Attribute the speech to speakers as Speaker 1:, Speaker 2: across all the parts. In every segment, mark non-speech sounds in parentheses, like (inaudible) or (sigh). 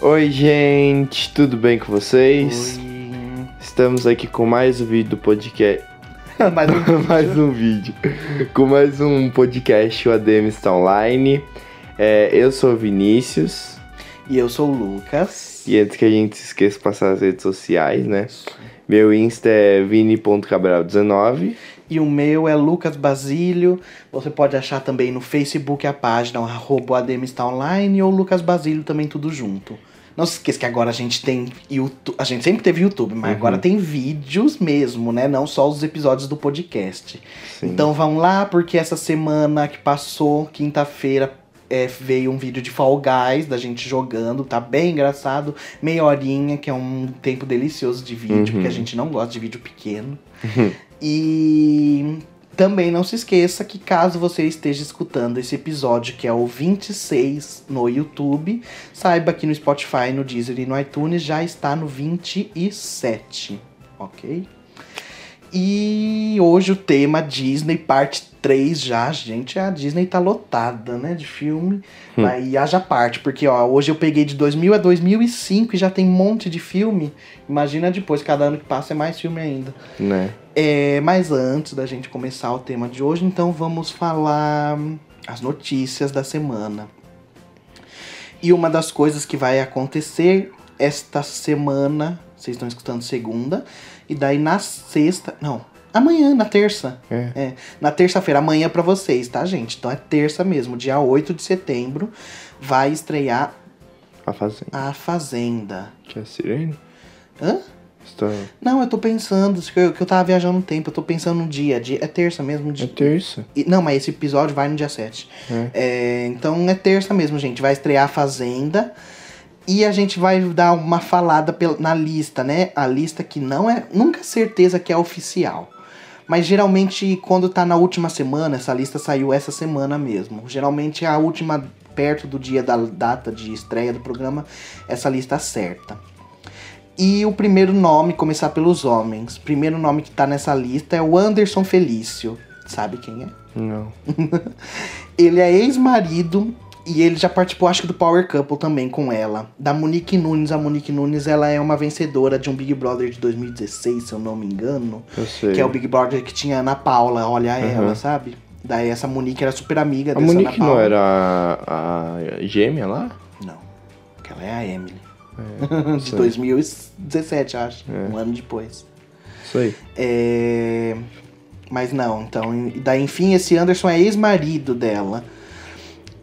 Speaker 1: Oi, gente, tudo bem com vocês? Estamos aqui com mais um vídeo do podcast.
Speaker 2: (laughs)
Speaker 1: (laughs)
Speaker 2: Mais um vídeo.
Speaker 1: mais um vídeo. Com mais um podcast, o ADM está online. É, eu sou o Vinícius.
Speaker 2: E eu sou o Lucas.
Speaker 1: E antes que a gente se esqueça de passar as redes sociais, né? Meu Insta é vini.cabral19.
Speaker 2: E o meu é Lucas Basílio. Você pode achar também no Facebook a página, o arroba ADM está online ou Lucas Basílio também tudo junto. Não se esqueça que agora a gente tem YouTube. A gente sempre teve YouTube, mas
Speaker 1: Uhum.
Speaker 2: agora tem vídeos mesmo, né? Não só os episódios do podcast.
Speaker 1: Sim.
Speaker 2: Então vão lá, porque essa semana que passou, quinta-feira, é, veio um vídeo de Fall Guys da gente jogando, tá bem engraçado. Meia horinha, que é um tempo delicioso de vídeo,
Speaker 1: Uhum.
Speaker 2: porque a gente não gosta de vídeo pequeno. E também não se esqueça que caso você esteja escutando esse episódio, que é o 26 no YouTube, saiba que no Spotify, no Deezer e no iTunes já está no 27, ok? E hoje o tema Disney, parte 3 já, gente. A Disney tá lotada, né, de filme.
Speaker 1: Hum.
Speaker 2: Mas E haja parte, porque ó, hoje eu peguei de 2000 a 2005 e já tem um monte de filme. Imagina depois, cada ano que passa é mais filme ainda.
Speaker 1: Né?
Speaker 2: É, mas antes da gente começar o tema de hoje, então vamos falar hum, as notícias da semana. E uma das coisas que vai acontecer esta semana, vocês estão escutando segunda, e daí na sexta, não, amanhã, na terça,
Speaker 1: É.
Speaker 2: na terça-feira, amanhã pra vocês, tá, gente? Então é terça mesmo, dia 8 de setembro, vai estrear
Speaker 1: A fazenda.
Speaker 2: A Fazenda.
Speaker 1: Que é a sirene?
Speaker 2: Hã?
Speaker 1: Está...
Speaker 2: Não, eu tô pensando, que eu, que eu tava viajando no tempo, eu tô pensando no dia, dia é terça mesmo,
Speaker 1: É
Speaker 2: dia,
Speaker 1: terça.
Speaker 2: E- Não, mas esse episódio vai no dia 7.
Speaker 1: É.
Speaker 2: É, então é terça mesmo, gente. Vai estrear a Fazenda. E a gente vai dar uma falada pel- na lista, né? A lista que não é. Nunca certeza que é oficial. Mas geralmente, quando tá na última semana, essa lista saiu essa semana mesmo. Geralmente, é a última, perto do dia da data de estreia do programa, essa lista acerta. E o primeiro nome, começar pelos homens. Primeiro nome que tá nessa lista é o Anderson Felício. Sabe quem é?
Speaker 1: Não.
Speaker 2: Ele é ex-marido e ele já participou, acho que do Power Couple também com ela. Da Monique Nunes. A Monique Nunes, ela é uma vencedora de um Big Brother de 2016, se eu não me engano.
Speaker 1: Eu sei.
Speaker 2: Que é o Big Brother que tinha a Ana Paula, olha
Speaker 1: Uhum.
Speaker 2: ela, sabe? Daí essa Monique era super amiga
Speaker 1: A
Speaker 2: dessa
Speaker 1: Monique
Speaker 2: Ana Paula.
Speaker 1: não era a, a gêmea lá?
Speaker 2: Não, porque ela é a Emily. (laughs) de
Speaker 1: sei.
Speaker 2: 2017, acho.
Speaker 1: É.
Speaker 2: Um ano depois.
Speaker 1: Isso aí.
Speaker 2: É... Mas não, então. e Daí, enfim, esse Anderson é ex-marido dela.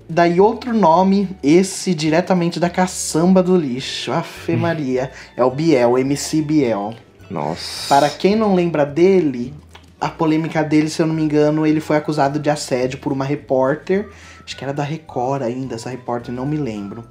Speaker 2: Daí outro nome, esse diretamente da caçamba do lixo. Afe Maria. É o Biel, MC Biel.
Speaker 1: Nossa.
Speaker 2: Para quem não lembra dele, a polêmica dele, se eu não me engano, ele foi acusado de assédio por uma repórter. Acho que era da Record ainda, essa repórter, não me lembro.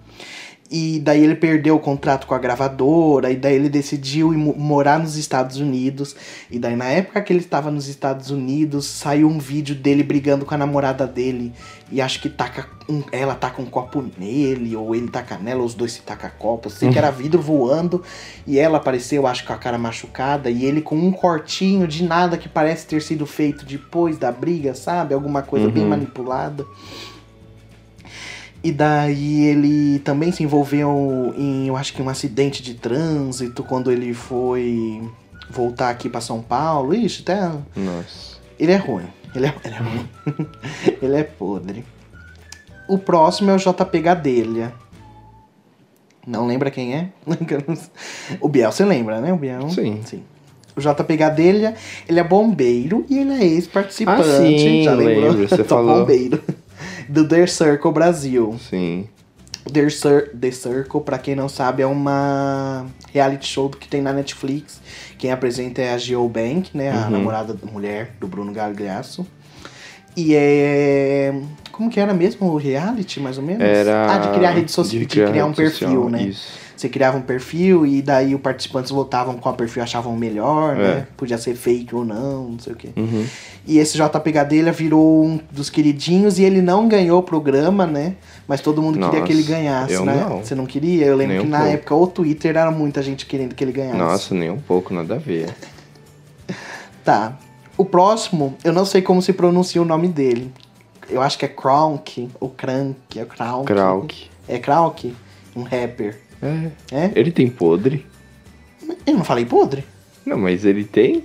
Speaker 2: E daí ele perdeu o contrato com a gravadora, e daí ele decidiu ir mo- morar nos Estados Unidos. E daí, na época que ele estava nos Estados Unidos, saiu um vídeo dele brigando com a namorada dele. E acho que taca um- ela taca um copo nele, ou ele taca nela, ou os dois se taca copo. Sei que era vidro voando, e ela apareceu, acho que com a cara machucada, e ele com um cortinho de nada que parece ter sido feito depois da briga, sabe? Alguma coisa bem
Speaker 1: Uhum.
Speaker 2: manipulada. E daí ele também se envolveu em, eu acho que um acidente de trânsito quando ele foi voltar aqui pra São Paulo. Ixi, até
Speaker 1: Nossa.
Speaker 2: ele é ruim. Ele é, (laughs) ele é ruim. ele é podre. O próximo é o JP Gadelha. Não lembra quem é? (laughs) o Biel, você lembra, né? O Biel?
Speaker 1: Sim.
Speaker 2: O JP Gadelha, ele é bombeiro e ele é ex-participante.
Speaker 1: Ah, sim,
Speaker 2: já lembrou?
Speaker 1: lembro, você
Speaker 2: (laughs) Tô
Speaker 1: falou.
Speaker 2: bombeiro. Do The Circle Brasil.
Speaker 1: Sim.
Speaker 2: The, Cir The Circle, pra quem não sabe, é uma reality show que tem na Netflix. Quem apresenta é a Geo Bank, né? A
Speaker 1: Uhum.
Speaker 2: namorada da mulher do Bruno Galhaço. E é. Como que era mesmo o reality, mais ou menos?
Speaker 1: Era.
Speaker 2: Ah, de criar rede social, de, criar um
Speaker 1: rede
Speaker 2: perfil,
Speaker 1: social,
Speaker 2: né?
Speaker 1: Isso.
Speaker 2: Você criava um perfil e daí os participantes votavam qual perfil achavam melhor, né? Podia ser fake ou não, não sei o quê.
Speaker 1: É. Uhum.
Speaker 2: E esse JP Gadelha virou um dos queridinhos e ele não ganhou o programa, né? Mas todo mundo queria
Speaker 1: Nossa,
Speaker 2: que ele ganhasse,
Speaker 1: eu
Speaker 2: né?
Speaker 1: não.
Speaker 2: Você não queria? Eu lembro
Speaker 1: Nem
Speaker 2: que
Speaker 1: um
Speaker 2: na
Speaker 1: pouco.
Speaker 2: época o Twitter era muita gente querendo que ele ganhasse.
Speaker 1: Nossa, nem um pouco, nada a ver.
Speaker 2: Tá. O próximo, eu não sei como se pronuncia o nome dele. Eu acho que é Kronk, ou Crank, é Kronk.
Speaker 1: Krauk.
Speaker 2: É Krauk? Um rapper.
Speaker 1: É.
Speaker 2: É?
Speaker 1: Ele tem podre?
Speaker 2: Eu não falei podre?
Speaker 1: Não, mas ele tem?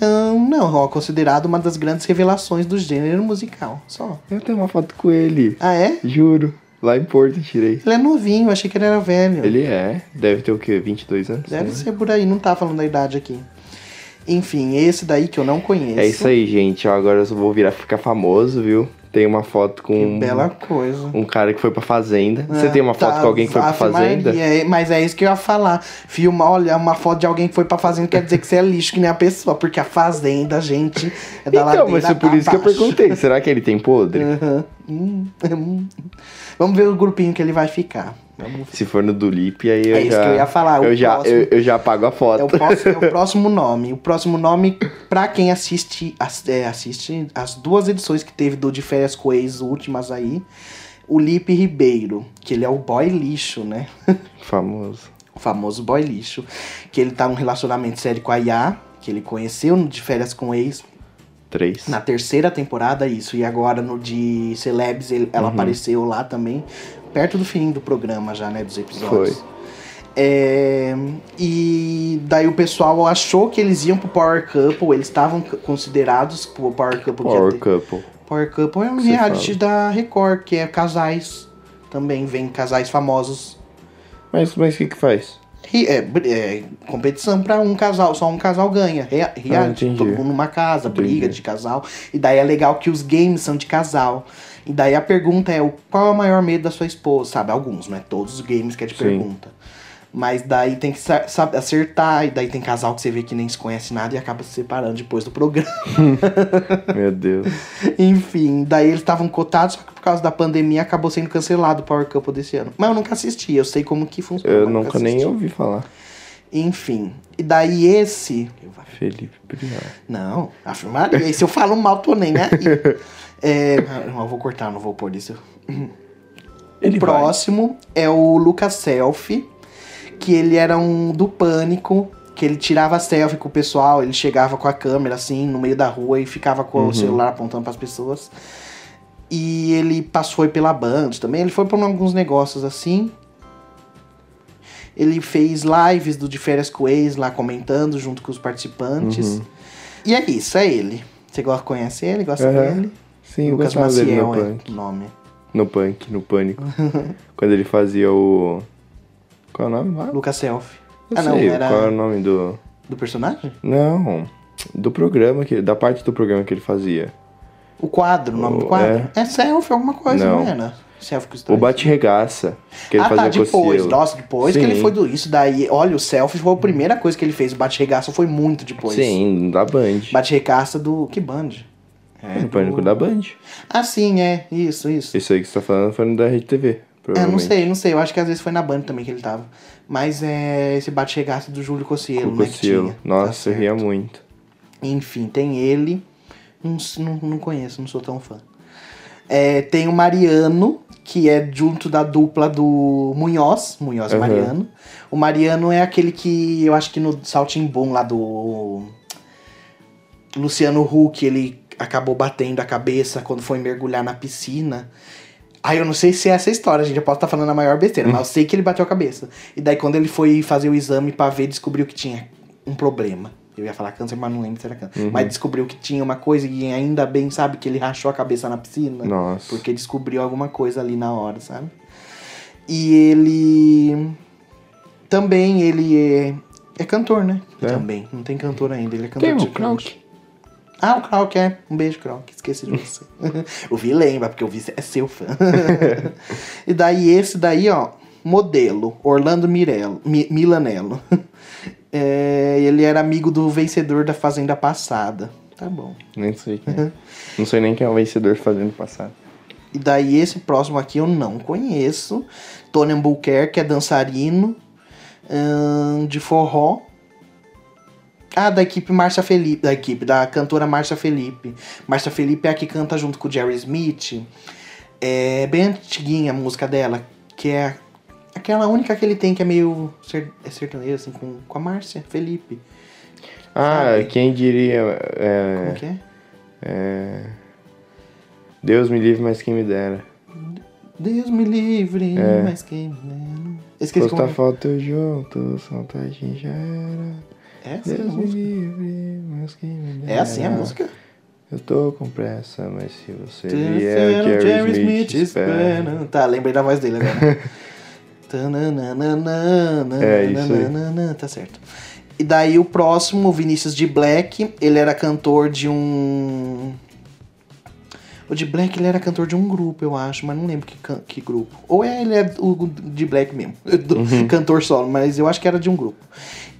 Speaker 2: Ah, não, ó, considerado uma das grandes revelações do gênero musical. Só.
Speaker 1: Eu tenho uma foto com ele.
Speaker 2: Ah, é?
Speaker 1: Juro. Lá em Porto eu tirei.
Speaker 2: Ele é novinho, achei que ele era velho.
Speaker 1: Ele é. Deve ter o quê? 22 anos?
Speaker 2: Deve
Speaker 1: né?
Speaker 2: ser por aí, não tá falando da idade aqui. Enfim, é esse daí que eu não conheço.
Speaker 1: É isso aí, gente. Ó, agora eu vou virar ficar famoso, viu? Tem uma foto com um,
Speaker 2: Bela coisa.
Speaker 1: um cara que foi pra fazenda. Você
Speaker 2: Ah,
Speaker 1: tem uma foto
Speaker 2: tá,
Speaker 1: com alguém que foi pra
Speaker 2: Ave
Speaker 1: fazenda?
Speaker 2: Maria, é, mas é isso que eu ia falar. Filma, olha, uma foto de alguém que foi pra fazenda quer dizer que você é lixo que nem a pessoa, porque a fazenda, gente, é da
Speaker 1: Então,
Speaker 2: ladeira
Speaker 1: mas é por isso que eu
Speaker 2: abaixo.
Speaker 1: perguntei. Será que ele tem podre?
Speaker 2: Aham. Hum, hum. Vamos ver o grupinho que ele vai ficar. Vamos ver.
Speaker 1: Se for no do Lipe, aí eu
Speaker 2: É isso
Speaker 1: já...
Speaker 2: que eu ia falar, o
Speaker 1: Eu já,
Speaker 2: próximo.
Speaker 1: eu, eu já apago a foto.
Speaker 2: É o, próximo, é o próximo nome. O próximo nome, pra quem assiste, as- é, assiste as duas edições que teve do De Férias com Ex, últimas aí, o Lipe Ribeiro, que ele é o boy lixo, né?
Speaker 1: (laughs)
Speaker 2: (laughs)
Speaker 1: Famoso.
Speaker 2: o famoso boy lixo, que ele tá num relacionamento sério com a Yá, que ele conheceu no de férias com o ex,
Speaker 1: Três.
Speaker 2: na terceira temporada, isso, e agora no de Celebs ele-
Speaker 1: Uhum.
Speaker 2: ela apareceu lá também, perto do fim do programa já, né, dos episódios.
Speaker 1: Foi.
Speaker 2: É, e daí o pessoal achou que eles iam pro Power Couple, eles estavam c- considerados pro Power Couple. que ia
Speaker 1: Power
Speaker 2: ter-
Speaker 1: Couple.
Speaker 2: Power Couple é um
Speaker 1: Que você
Speaker 2: reality da Record, que é casais também, vem casais famosos
Speaker 1: Mas o mas o que que faz?
Speaker 2: Ri- É, br- é, competição pra um casal, só um casal ganha. Rea- Reality,
Speaker 1: Ah, entendi.
Speaker 2: todo mundo numa casa,
Speaker 1: Entendi.
Speaker 2: briga de casal. E daí é legal que os games são de casal. E daí a pergunta é o qual é o maior medo da sua esposa, sabe? Alguns, não é todos os games que é de
Speaker 1: Sim.
Speaker 2: pergunta. Mas daí tem que sa- sabe, acertar, e daí tem casal que você vê que nem se conhece nada e acaba se separando depois do programa. (laughs)
Speaker 1: Meu Deus.
Speaker 2: Enfim, daí eles estavam cotados, só que por causa da pandemia acabou sendo cancelado o Power Couple desse ano. Mas eu nunca assisti, eu sei como que funciona.
Speaker 1: Eu
Speaker 2: mas
Speaker 1: nunca nem
Speaker 2: assisti.
Speaker 1: ouvi falar.
Speaker 2: Enfim. E daí esse.
Speaker 1: Felipe Prior.
Speaker 2: Não, afirmaria. E se eu falo mal, tô nem aí. É, não, eu vou cortar, não vou pôr isso.
Speaker 1: Ele
Speaker 2: o próximo é o Lucas Selfie, que ele era um do pânico, que ele tirava selfie com o pessoal, ele chegava com a câmera assim no meio da rua e ficava com
Speaker 1: Uhum.
Speaker 2: o celular apontando pras pessoas. E ele passou aí pela Band também, ele foi pra alguns negócios assim. Ele fez lives do De Férias com o Ex lá comentando junto com os participantes.
Speaker 1: Uhum.
Speaker 2: E é isso, é ele. Você gosta- conhece ele? Gosta
Speaker 1: Aham.
Speaker 2: dele?
Speaker 1: né? Sim, eu
Speaker 2: Lucas
Speaker 1: gostava dele no
Speaker 2: Maciel é
Speaker 1: punk.
Speaker 2: o nome.
Speaker 1: No punk, no
Speaker 2: (laughs)
Speaker 1: pânico. Quando ele fazia o. Qual é o nome lá?
Speaker 2: Lucas Selfie.
Speaker 1: Não
Speaker 2: ah, não,
Speaker 1: sei,
Speaker 2: era
Speaker 1: Qual é o nome do.
Speaker 2: do personagem?
Speaker 1: Não. Do programa que. Da parte do programa que ele fazia.
Speaker 2: O quadro, o nome do
Speaker 1: O-
Speaker 2: quadro? É, selfie, alguma coisa,
Speaker 1: Não.
Speaker 2: não, era? Selfie com os
Speaker 1: O
Speaker 2: três.
Speaker 1: bate-regaça. Que ele
Speaker 2: Tá, ah, tá,
Speaker 1: fazia com o
Speaker 2: depois.
Speaker 1: Cielo.
Speaker 2: Nossa, depois que ele
Speaker 1: Sim.
Speaker 2: foi do isso. Daí, olha, o selfie foi a primeira coisa que ele fez. O bate-regaça foi muito depois.
Speaker 1: Sim, da Band.
Speaker 2: Bate-regaça do. Que band?
Speaker 1: É, no pânico da Band.
Speaker 2: Ah, sim, é. Isso, isso.
Speaker 1: Isso aí que você tá falando foi no da Rede TV.
Speaker 2: É, não
Speaker 1: Provavelmente.
Speaker 2: sei, não sei. Eu acho que às vezes foi na Band também que ele tava. Mas é esse bate-regaça do Júlio Cossielo,
Speaker 1: Com
Speaker 2: né?
Speaker 1: o
Speaker 2: Que tinha.
Speaker 1: Cielo.
Speaker 2: Tá
Speaker 1: Nossa, eu
Speaker 2: certo.
Speaker 1: ria muito.
Speaker 2: Enfim, tem ele. Não, s- não, não conheço, não sou tão fã. É, tem o Mariano, que é junto da dupla do Munhoz, Munhoz e
Speaker 1: Aham.
Speaker 2: Mariano. O Mariano é aquele que eu acho que no Saltimbum lá do Luciano Huck, ele acabou batendo a cabeça quando foi mergulhar na piscina. Aí eu não sei se é essa história, gente. Eu posso estar falando a maior besteira, mas eu sei que ele bateu a cabeça. E daí quando ele foi fazer o exame pra ver, descobriu que tinha um problema. Eu ia falar câncer, mas não lembro se era câncer.
Speaker 1: Uhum.
Speaker 2: Mas descobriu que tinha uma coisa e ainda bem, sabe, que ele rachou a cabeça na piscina.
Speaker 1: Nossa.
Speaker 2: Porque descobriu alguma coisa ali na hora, sabe? E ele. Também ele é. É cantor, né?
Speaker 1: É.
Speaker 2: Também. Não tem cantor ainda, ele é cantor
Speaker 1: Tem
Speaker 2: de
Speaker 1: o Krauk.
Speaker 2: Ah, o Krauk é. Um beijo, Krauk. Esqueci de você. (laughs) o Vi lembra, porque o Vi é seu fã. (laughs) e daí esse daí, ó. Modelo. Orlando Mirello, Mi- Milanello. (laughs) É, ele era amigo do vencedor da Fazenda Passada. Tá bom.
Speaker 1: Nem sei quem
Speaker 2: Uhum.
Speaker 1: é. não sei nem quem é o vencedor fazendo passado.
Speaker 2: E daí esse próximo aqui eu não conheço. Tony Albuquerque que é dançarino ahn, de forró. Ah, da equipe Márcia Felipe, da equipe da cantora Márcia Felipe. Márcia Felipe é a que canta junto com o Jerry Smith. É bem antiguinha a música dela, que é aquela única que ele tem que é meio ser, é sertaneja, assim, com, com a Márcia Felipe.
Speaker 1: Ah,
Speaker 2: Sabe?
Speaker 1: quem diria.
Speaker 2: Como
Speaker 1: é,
Speaker 2: que é?
Speaker 1: é, Deus me livre, mas quem me dera.
Speaker 2: Deus me livre,
Speaker 1: É.
Speaker 2: mas quem. Esqueci como
Speaker 1: Postar
Speaker 2: é.
Speaker 1: foto junto, saudade já era.
Speaker 2: É assim a
Speaker 1: Deus me
Speaker 2: música.
Speaker 1: livre, mas quem me dera.
Speaker 2: É assim a música.
Speaker 1: Eu tô com pressa, mas se você vier,
Speaker 2: Terceiro,
Speaker 1: o Jerry, Smith, espera.
Speaker 2: espera. Tá, lembrei da voz dele agora. Tananana,
Speaker 1: É, isso aí.
Speaker 2: nananana, Tá certo. E daí o próximo, o Vinícius de Black, ele era cantor de um. O de Black ele era cantor de um grupo, eu acho, mas não lembro que, can- que grupo. Ou é ele é o de Black mesmo, (laughs) do cantor solo, mas eu acho que era de um grupo.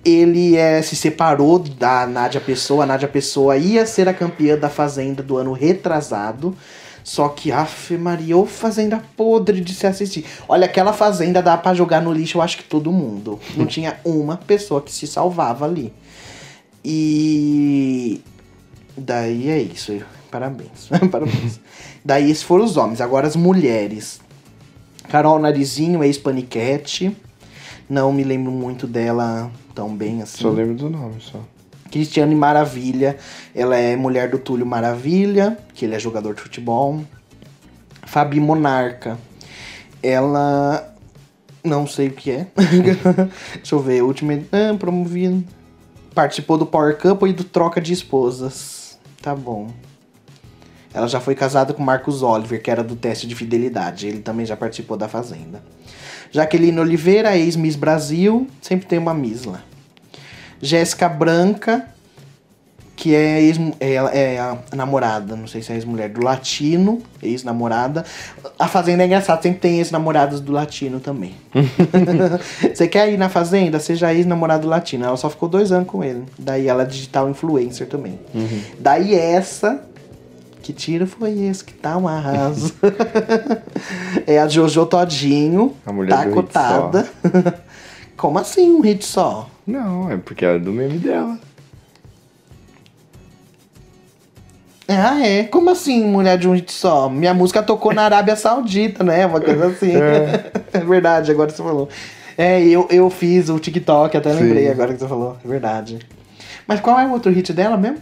Speaker 2: Ele eh, se separou da Nádia Pessoa, a Nádia Pessoa ia ser a campeã da Fazenda do ano retrasado. Só que, af, Maria, ô fazenda podre de se assistir. Olha, aquela fazenda dá pra jogar no lixo, eu acho que todo mundo. Não tinha uma pessoa que se salvava ali. E daí é isso. Parabéns. (laughs) Parabéns. daí esses foram os homens. Agora as mulheres. Carol Narizinho, ex-paniquete. Não me lembro muito dela tão bem assim.
Speaker 1: Só lembro do nome, só.
Speaker 2: Cristiane Maravilha, ela é mulher do Túlio Maravilha, que ele é jogador de futebol. Fabi Monarca, ela não sei o que é. (laughs) Deixa eu ver, última ah, promovida. Participou do Power Couple e do Troca de Esposas. Tá bom. Ela já foi casada com Marcos Oliver, que era do teste de fidelidade. Ele também já participou da Fazenda. Jaqueline Oliveira, ex-Miss Brasil. Sempre tem uma Miss lá. Jéssica Branca, que é, ex, é, é a namorada, não sei se é ex-mulher, do Latino, ex-namorada. A Fazenda é engraçada, sempre tem ex-namoradas do
Speaker 1: (laughs)
Speaker 2: Latino também. Você quer ir na Fazenda? Seja ex-namorado do Latino. Ela só ficou dois anos com ele. Daí ela é digital influencer também.
Speaker 1: Uhum.
Speaker 2: Daí essa... Que tiro foi esse? Que tá um arraso. (laughs) é a Jojo Todinho.
Speaker 1: A mulher
Speaker 2: tá
Speaker 1: do hit só.
Speaker 2: cotada. (laughs) Como assim um hit só?
Speaker 1: Não, é porque era do meme dela.
Speaker 2: Ah, é? Como assim, mulher de um hit só? Minha música tocou na Arábia Saudita, né? Uma coisa assim. (laughs) É, verdade, agora que você falou. É, eu, eu fiz o TikTok, até
Speaker 1: Sim.
Speaker 2: lembrei agora que você falou. É verdade. Mas qual é o outro hit
Speaker 1: (laughs)
Speaker 2: dela mesmo?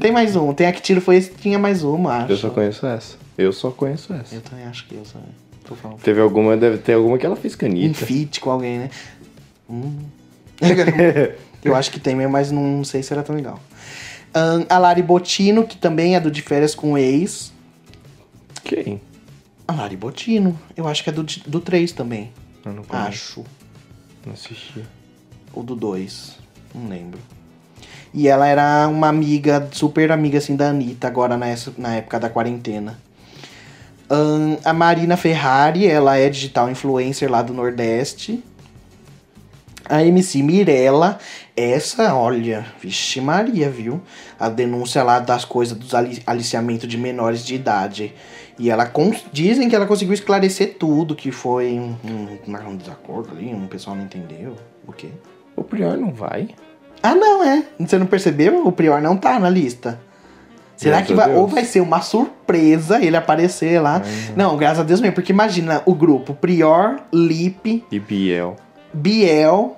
Speaker 2: tem mais um. Tem a que tiro foi esse, tinha mais uma, acho.
Speaker 1: Eu só conheço essa. Eu só conheço essa.
Speaker 2: Eu também acho que eu só. Tô falando.
Speaker 1: Teve alguma, deve ter alguma que ela fez
Speaker 2: Um
Speaker 1: canita.
Speaker 2: feat com alguém, né?
Speaker 1: (laughs)
Speaker 2: Hum. Eu acho que tem mesmo, mas não sei se era tão legal. Ahn, a Lari Botino, que também é do De Férias com o Ex.
Speaker 1: Quem?
Speaker 2: A Lari Botino. Eu acho que é do, de- do 3 também.
Speaker 1: Eu não conheço.
Speaker 2: Acho.
Speaker 1: Não assisti.
Speaker 2: Ou do 2. Não lembro. E ela era uma amiga, super amiga assim da Anitta, agora nessa, na época da quarentena. Ahn, a Marina Ferrari, ela é digital influencer lá do Nordeste. A MC Mirella, essa, olha, vixe Maria, viu? A denúncia lá das coisas dos ali- aliciamento de menores de idade. E ela cons- dizem que ela conseguiu esclarecer tudo, que foi um, um, um desacordo ali, um pessoal não entendeu o quê.
Speaker 1: O Prior não vai?
Speaker 2: Ah, não, é. Você não percebeu? O Prior não tá na lista. Será
Speaker 1: Graças
Speaker 2: que
Speaker 1: a
Speaker 2: vai,
Speaker 1: Deus. É.
Speaker 2: ou vai ser uma surpresa ele aparecer lá? não. graças a Deus mesmo, porque imagina o grupo Prior, Lipe,
Speaker 1: E Biel.
Speaker 2: Biel.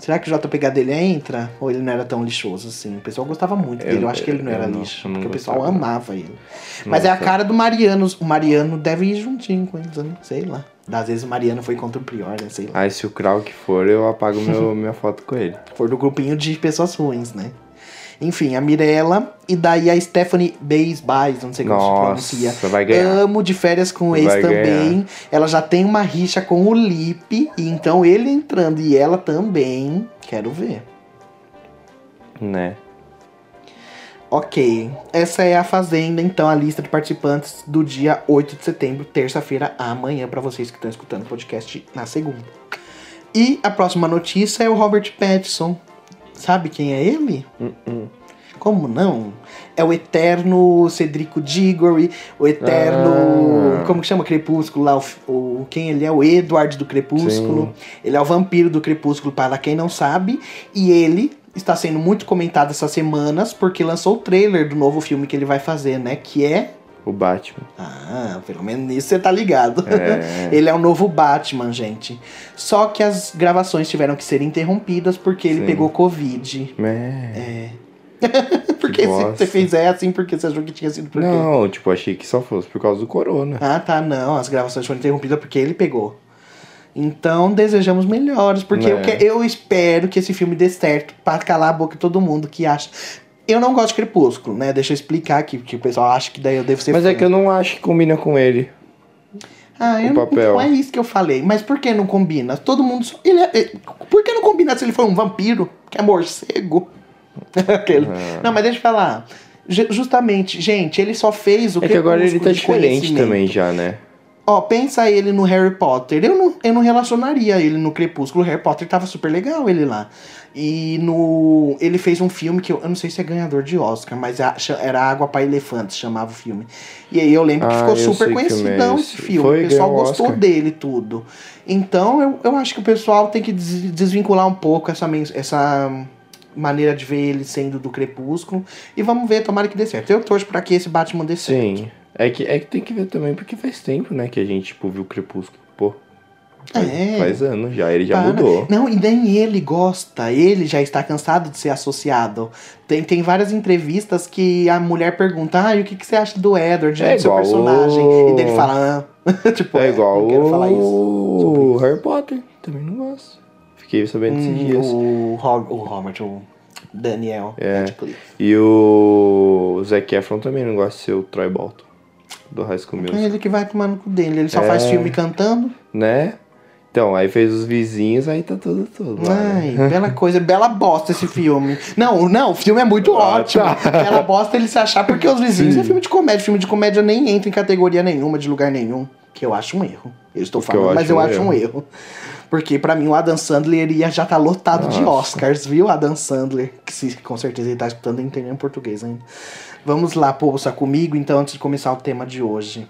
Speaker 2: Será que o JPK dele entra? Ou ele não era tão lixoso assim? O pessoal gostava muito
Speaker 1: Eu-
Speaker 2: dele, eu acho que ele não
Speaker 1: eu
Speaker 2: era
Speaker 1: não-
Speaker 2: lixo,
Speaker 1: eu não
Speaker 2: porque o pessoal
Speaker 1: gostava, não.
Speaker 2: amava ele. Mas é a
Speaker 1: Nossa.
Speaker 2: cara do Mariano, o Mariano deve ir juntinho com eles, né? sei lá. Às vezes o Mariano foi contra o Prior, né? sei lá.
Speaker 1: Aí se o Krauk for, eu apago
Speaker 2: (laughs)
Speaker 1: meu, minha foto com ele.
Speaker 2: For do grupinho de pessoas ruins, né? Enfim, a Mirella e daí a Stephanie Baysbys, não sei como se pronuncia.
Speaker 1: Nossa, vai ganhar.
Speaker 2: Amo de férias com o
Speaker 1: Vai
Speaker 2: ex também.
Speaker 1: ganhar.
Speaker 2: Ela já tem uma rixa com o Lipe, e então ele entrando e ela também. Quero ver.
Speaker 1: Né?
Speaker 2: Ok, essa é a Fazenda, então, a lista de participantes do dia 8 de setembro, terça-feira, amanhã, pra vocês que estão escutando o podcast na segunda. E a próxima notícia é o Robert Pattinson. Sabe quem é ele? Como não? É o eterno Cedrico Diggory, o eterno.
Speaker 1: Ah.
Speaker 2: Como que chama Crepúsculo lá? O, o- quem ele é? O Edward do Crepúsculo. Ele é o vampiro do Crepúsculo, para quem não sabe. E ele está sendo muito comentado essas semanas porque lançou o trailer do novo filme que ele vai fazer, né? Que é.
Speaker 1: O Batman.
Speaker 2: Ah, pelo menos nisso você tá ligado.
Speaker 1: É.
Speaker 2: (laughs) Ele é o novo Batman, gente. Só que as gravações tiveram que ser interrompidas porque ele
Speaker 1: Sim.
Speaker 2: pegou Covid.
Speaker 1: É.
Speaker 2: É. porque se
Speaker 1: bosta.
Speaker 2: você fez é assim porque você achou que tinha sido por quê?
Speaker 1: Não, tipo, achei que só fosse por causa do corona.
Speaker 2: Ah, tá, não. As gravações foram interrompidas porque ele pegou. Então, desejamos melhores, porque
Speaker 1: É.
Speaker 2: eu, que- eu espero que esse filme dê certo pra calar a boca de todo mundo que acha. Eu não gosto de Crepúsculo, né? Deixa eu explicar aqui, porque o pessoal acha que daí eu devo ser
Speaker 1: Mas
Speaker 2: fã.
Speaker 1: é que eu não acho que combina com ele.
Speaker 2: Ah, eu
Speaker 1: o
Speaker 2: não,
Speaker 1: papel.
Speaker 2: não é isso que eu falei. Mas por que não combina? Todo mundo só. Ele é- é- por que não combina se ele foi um vampiro? Que é morcego? (laughs) Aquele. Não, mas deixa eu falar. Ju- justamente, gente, ele só fez o
Speaker 1: É que agora ele
Speaker 2: Crepúsculo
Speaker 1: tá
Speaker 2: de
Speaker 1: diferente
Speaker 2: conhecimento.
Speaker 1: também já, né?
Speaker 2: Ó, pensa ele no Harry Potter. Eu não, eu não relacionaria ele no Crepúsculo. O Harry Potter tava super legal ele lá. E no. Ele fez um filme que eu, eu não sei se é ganhador de Oscar, mas a- cha- era Água para Elefantes, chamava o filme. E aí eu lembro que
Speaker 1: Ah,
Speaker 2: ficou
Speaker 1: eu
Speaker 2: super
Speaker 1: sei que filme é
Speaker 2: conhecidão
Speaker 1: esse.
Speaker 2: esse filme.
Speaker 1: Foi,
Speaker 2: o pessoal
Speaker 1: ganhou o
Speaker 2: gostou
Speaker 1: Oscar.
Speaker 2: dele e tudo. Então eu, eu acho que o pessoal tem que des- desvincular um pouco essa, mens- essa maneira de ver ele sendo do Crepúsculo. E vamos ver, tomara que dê certo. Eu torço pra que esse Batman dê certo.
Speaker 1: Sim. É que, é que tem que ver também, porque faz tempo, né, que a gente, tipo, viu o Crepúsculo. Pô, faz,
Speaker 2: É.
Speaker 1: faz anos já, ele já
Speaker 2: Para.
Speaker 1: mudou.
Speaker 2: Não, e nem ele gosta. Ele já está cansado de ser associado. Tem, tem várias entrevistas que a mulher pergunta: Ah, e o que, que você acha do Edward,
Speaker 1: É
Speaker 2: do seu
Speaker 1: igual
Speaker 2: personagem?
Speaker 1: o-
Speaker 2: E daí ele fala: ah. (laughs) Tipo,
Speaker 1: é igual
Speaker 2: não quero falar isso. sobre
Speaker 1: o Harry Potter, também não gosto. Fiquei sabendo esses
Speaker 2: Hum,
Speaker 1: dias.
Speaker 2: o, Ro- o Robert, o Daniel
Speaker 1: É.
Speaker 2: Radcliffe.
Speaker 1: E o Zac Efron também não gosta de ser o Troy Bolton, do High School
Speaker 2: É
Speaker 1: Music.
Speaker 2: ele que vai tomar no cu dele. Ele só
Speaker 1: É.
Speaker 2: faz filme cantando.
Speaker 1: Né? Então, aí fez os vizinhos, aí tá tudo, tudo lá, né?
Speaker 2: Ai, bela coisa, bela bosta esse filme. Não, não, o filme é muito
Speaker 1: Ah,
Speaker 2: ótimo.
Speaker 1: tá.
Speaker 2: Bela bosta ele se achar porque os vizinhos
Speaker 1: Sim.
Speaker 2: é filme de comédia. Filme de comédia nem entra em categoria nenhuma, de lugar nenhum. Que eu acho um erro. Eu estou
Speaker 1: O que eu
Speaker 2: falando, mas
Speaker 1: acho
Speaker 2: eu
Speaker 1: um
Speaker 2: acho um erro. Porque pra mim o Adam Sandler ia já tá lotado de
Speaker 1: Nossa.
Speaker 2: Oscars, viu? Adam Sandler, que se, com certeza ele tá escutando, não tem nem em português ainda. Vamos lá, poça, comigo então, antes de começar o tema de hoje.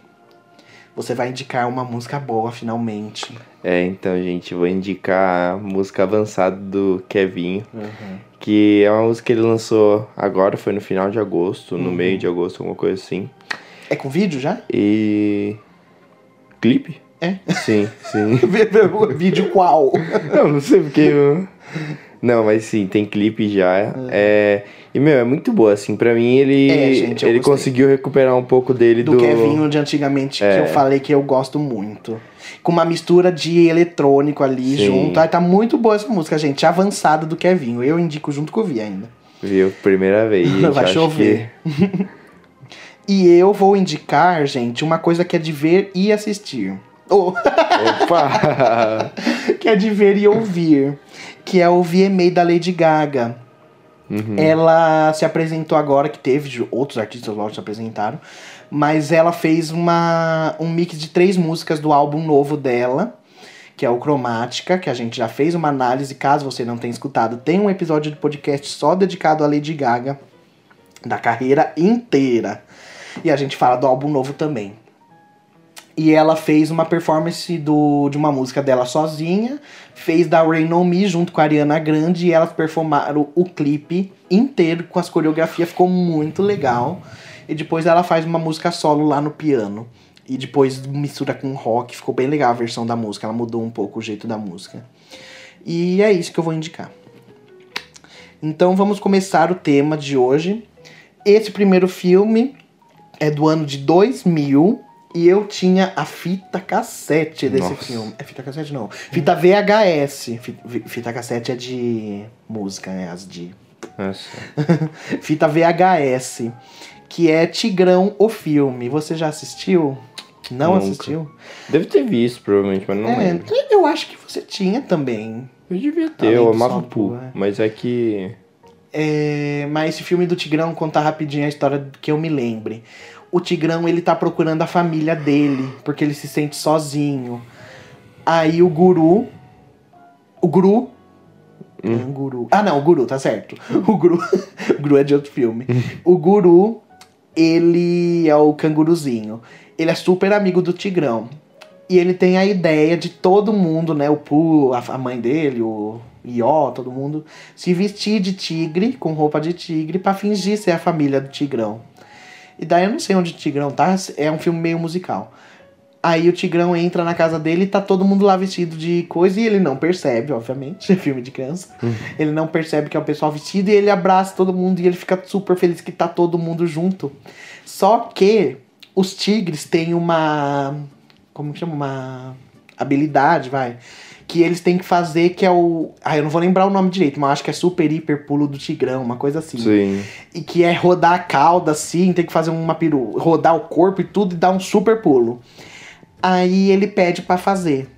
Speaker 2: Você vai indicar uma música boa, finalmente.
Speaker 1: É, então, gente, vou indicar a música avançada do Kevin, que é uma música que ele lançou agora, foi no final de agosto, no
Speaker 2: Uhum.
Speaker 1: meio de agosto, alguma coisa assim.
Speaker 2: É com vídeo já?
Speaker 1: E. Clipe?
Speaker 2: É? (laughs)
Speaker 1: Sim, sim. (laughs)
Speaker 2: Vídeo qual?
Speaker 1: Não, não sei porque. eu- Não, mas sim, tem clipe já. É. E, meu, é muito boa, assim. Pra mim, ele.
Speaker 2: É, gente, eu
Speaker 1: ele
Speaker 2: gostei.
Speaker 1: conseguiu recuperar um pouco dele do. É.
Speaker 2: do Kevinho de antigamente, que eu falei que eu gosto muito. Com uma mistura de eletrônico ali
Speaker 1: Sim.
Speaker 2: junto. Ai, tá muito boa essa música, gente. Avançada do Kevinho. Eu indico junto com o Vi ainda.
Speaker 1: Viu? Primeira
Speaker 2: (laughs)
Speaker 1: vez. Gente,
Speaker 2: Vai
Speaker 1: acho
Speaker 2: chover.
Speaker 1: que-
Speaker 2: E eu vou indicar, gente, uma coisa que é de ver e assistir. Ou (laughs)
Speaker 1: Opa!
Speaker 2: que é de ver e ouvir. Que é o VMA da Lady Gaga.
Speaker 1: Uhum.
Speaker 2: Ela se apresentou agora, que teve de outros artistas, lógico, se apresentaram. Mas ela fez uma, um mix de três músicas do álbum novo dela, que é o Cromática, que a gente já fez uma análise, caso você não tenha escutado. Tem um episódio do podcast só dedicado à Lady Gaga, da carreira inteira. E a gente fala do álbum novo também. E ela fez uma performance do, de uma música dela sozinha, fez da Rain On Me junto com a Ariana Grande e elas performaram o clipe inteiro com as coreografias, ficou muito legal. E depois ela faz uma música solo lá no piano. E depois mistura com rock, ficou bem legal a versão da música, ela mudou um pouco o jeito da música. E é isso que eu vou indicar. Então vamos começar o tema de hoje. Esse primeiro filme é do ano de 2000 e eu tinha a fita cassete desse
Speaker 1: Nossa.
Speaker 2: filme. É fita cassete não. Fita VHS. Fi- vi- Fita cassete é de música, né? As de (laughs)
Speaker 1: Nossa.
Speaker 2: fita VHS, que é Tigrão o filme. Você já assistiu? Não
Speaker 1: Nunca.
Speaker 2: assistiu?
Speaker 1: Deve ter visto, provavelmente, mas não
Speaker 2: é,
Speaker 1: lembro.
Speaker 2: eu acho que você tinha também.
Speaker 1: Eu devia ter,
Speaker 2: Além
Speaker 1: eu
Speaker 2: do
Speaker 1: amava o
Speaker 2: Salto,
Speaker 1: Pooh.
Speaker 2: é.
Speaker 1: Mas é que.
Speaker 2: É, mas esse filme do Tigrão conta rapidinho a história que eu me lembre. O Tigrão ele tá procurando a família dele, porque ele se sente sozinho. Aí o guru. O guru.
Speaker 1: Hum.
Speaker 2: É um guru. Ah, não, o guru, tá certo. (laughs) O guru. o guru é de outro filme. O guru, ele é o canguruzinho. Ele é super amigo do Tigrão. E ele tem a ideia de todo mundo, né? O Pooh, a, a mãe dele, o Ió, todo mundo, se vestir de tigre, com roupa de tigre, pra fingir ser a família do Tigrão. E daí eu não sei onde o Tigrão tá, é um filme meio musical. Aí o Tigrão entra na casa dele e tá todo mundo lá vestido de coisa e ele não percebe, obviamente, (laughs) é filme de criança. Ele não percebe que é o pessoal vestido e ele abraça todo mundo e ele fica super feliz que tá todo mundo junto. Só que os tigres têm uma. Como que chama? Uma habilidade, vai. Que eles têm que fazer, que é o. Ah, eu não vou lembrar o nome direito, mas eu acho que é super hiper pulo do tigrão, uma coisa assim.
Speaker 1: Sim. (laughs)
Speaker 2: E que é rodar a cauda assim, tem que fazer uma peru, rodar o corpo e tudo e dar um super pulo. Aí ele pede pra fazer.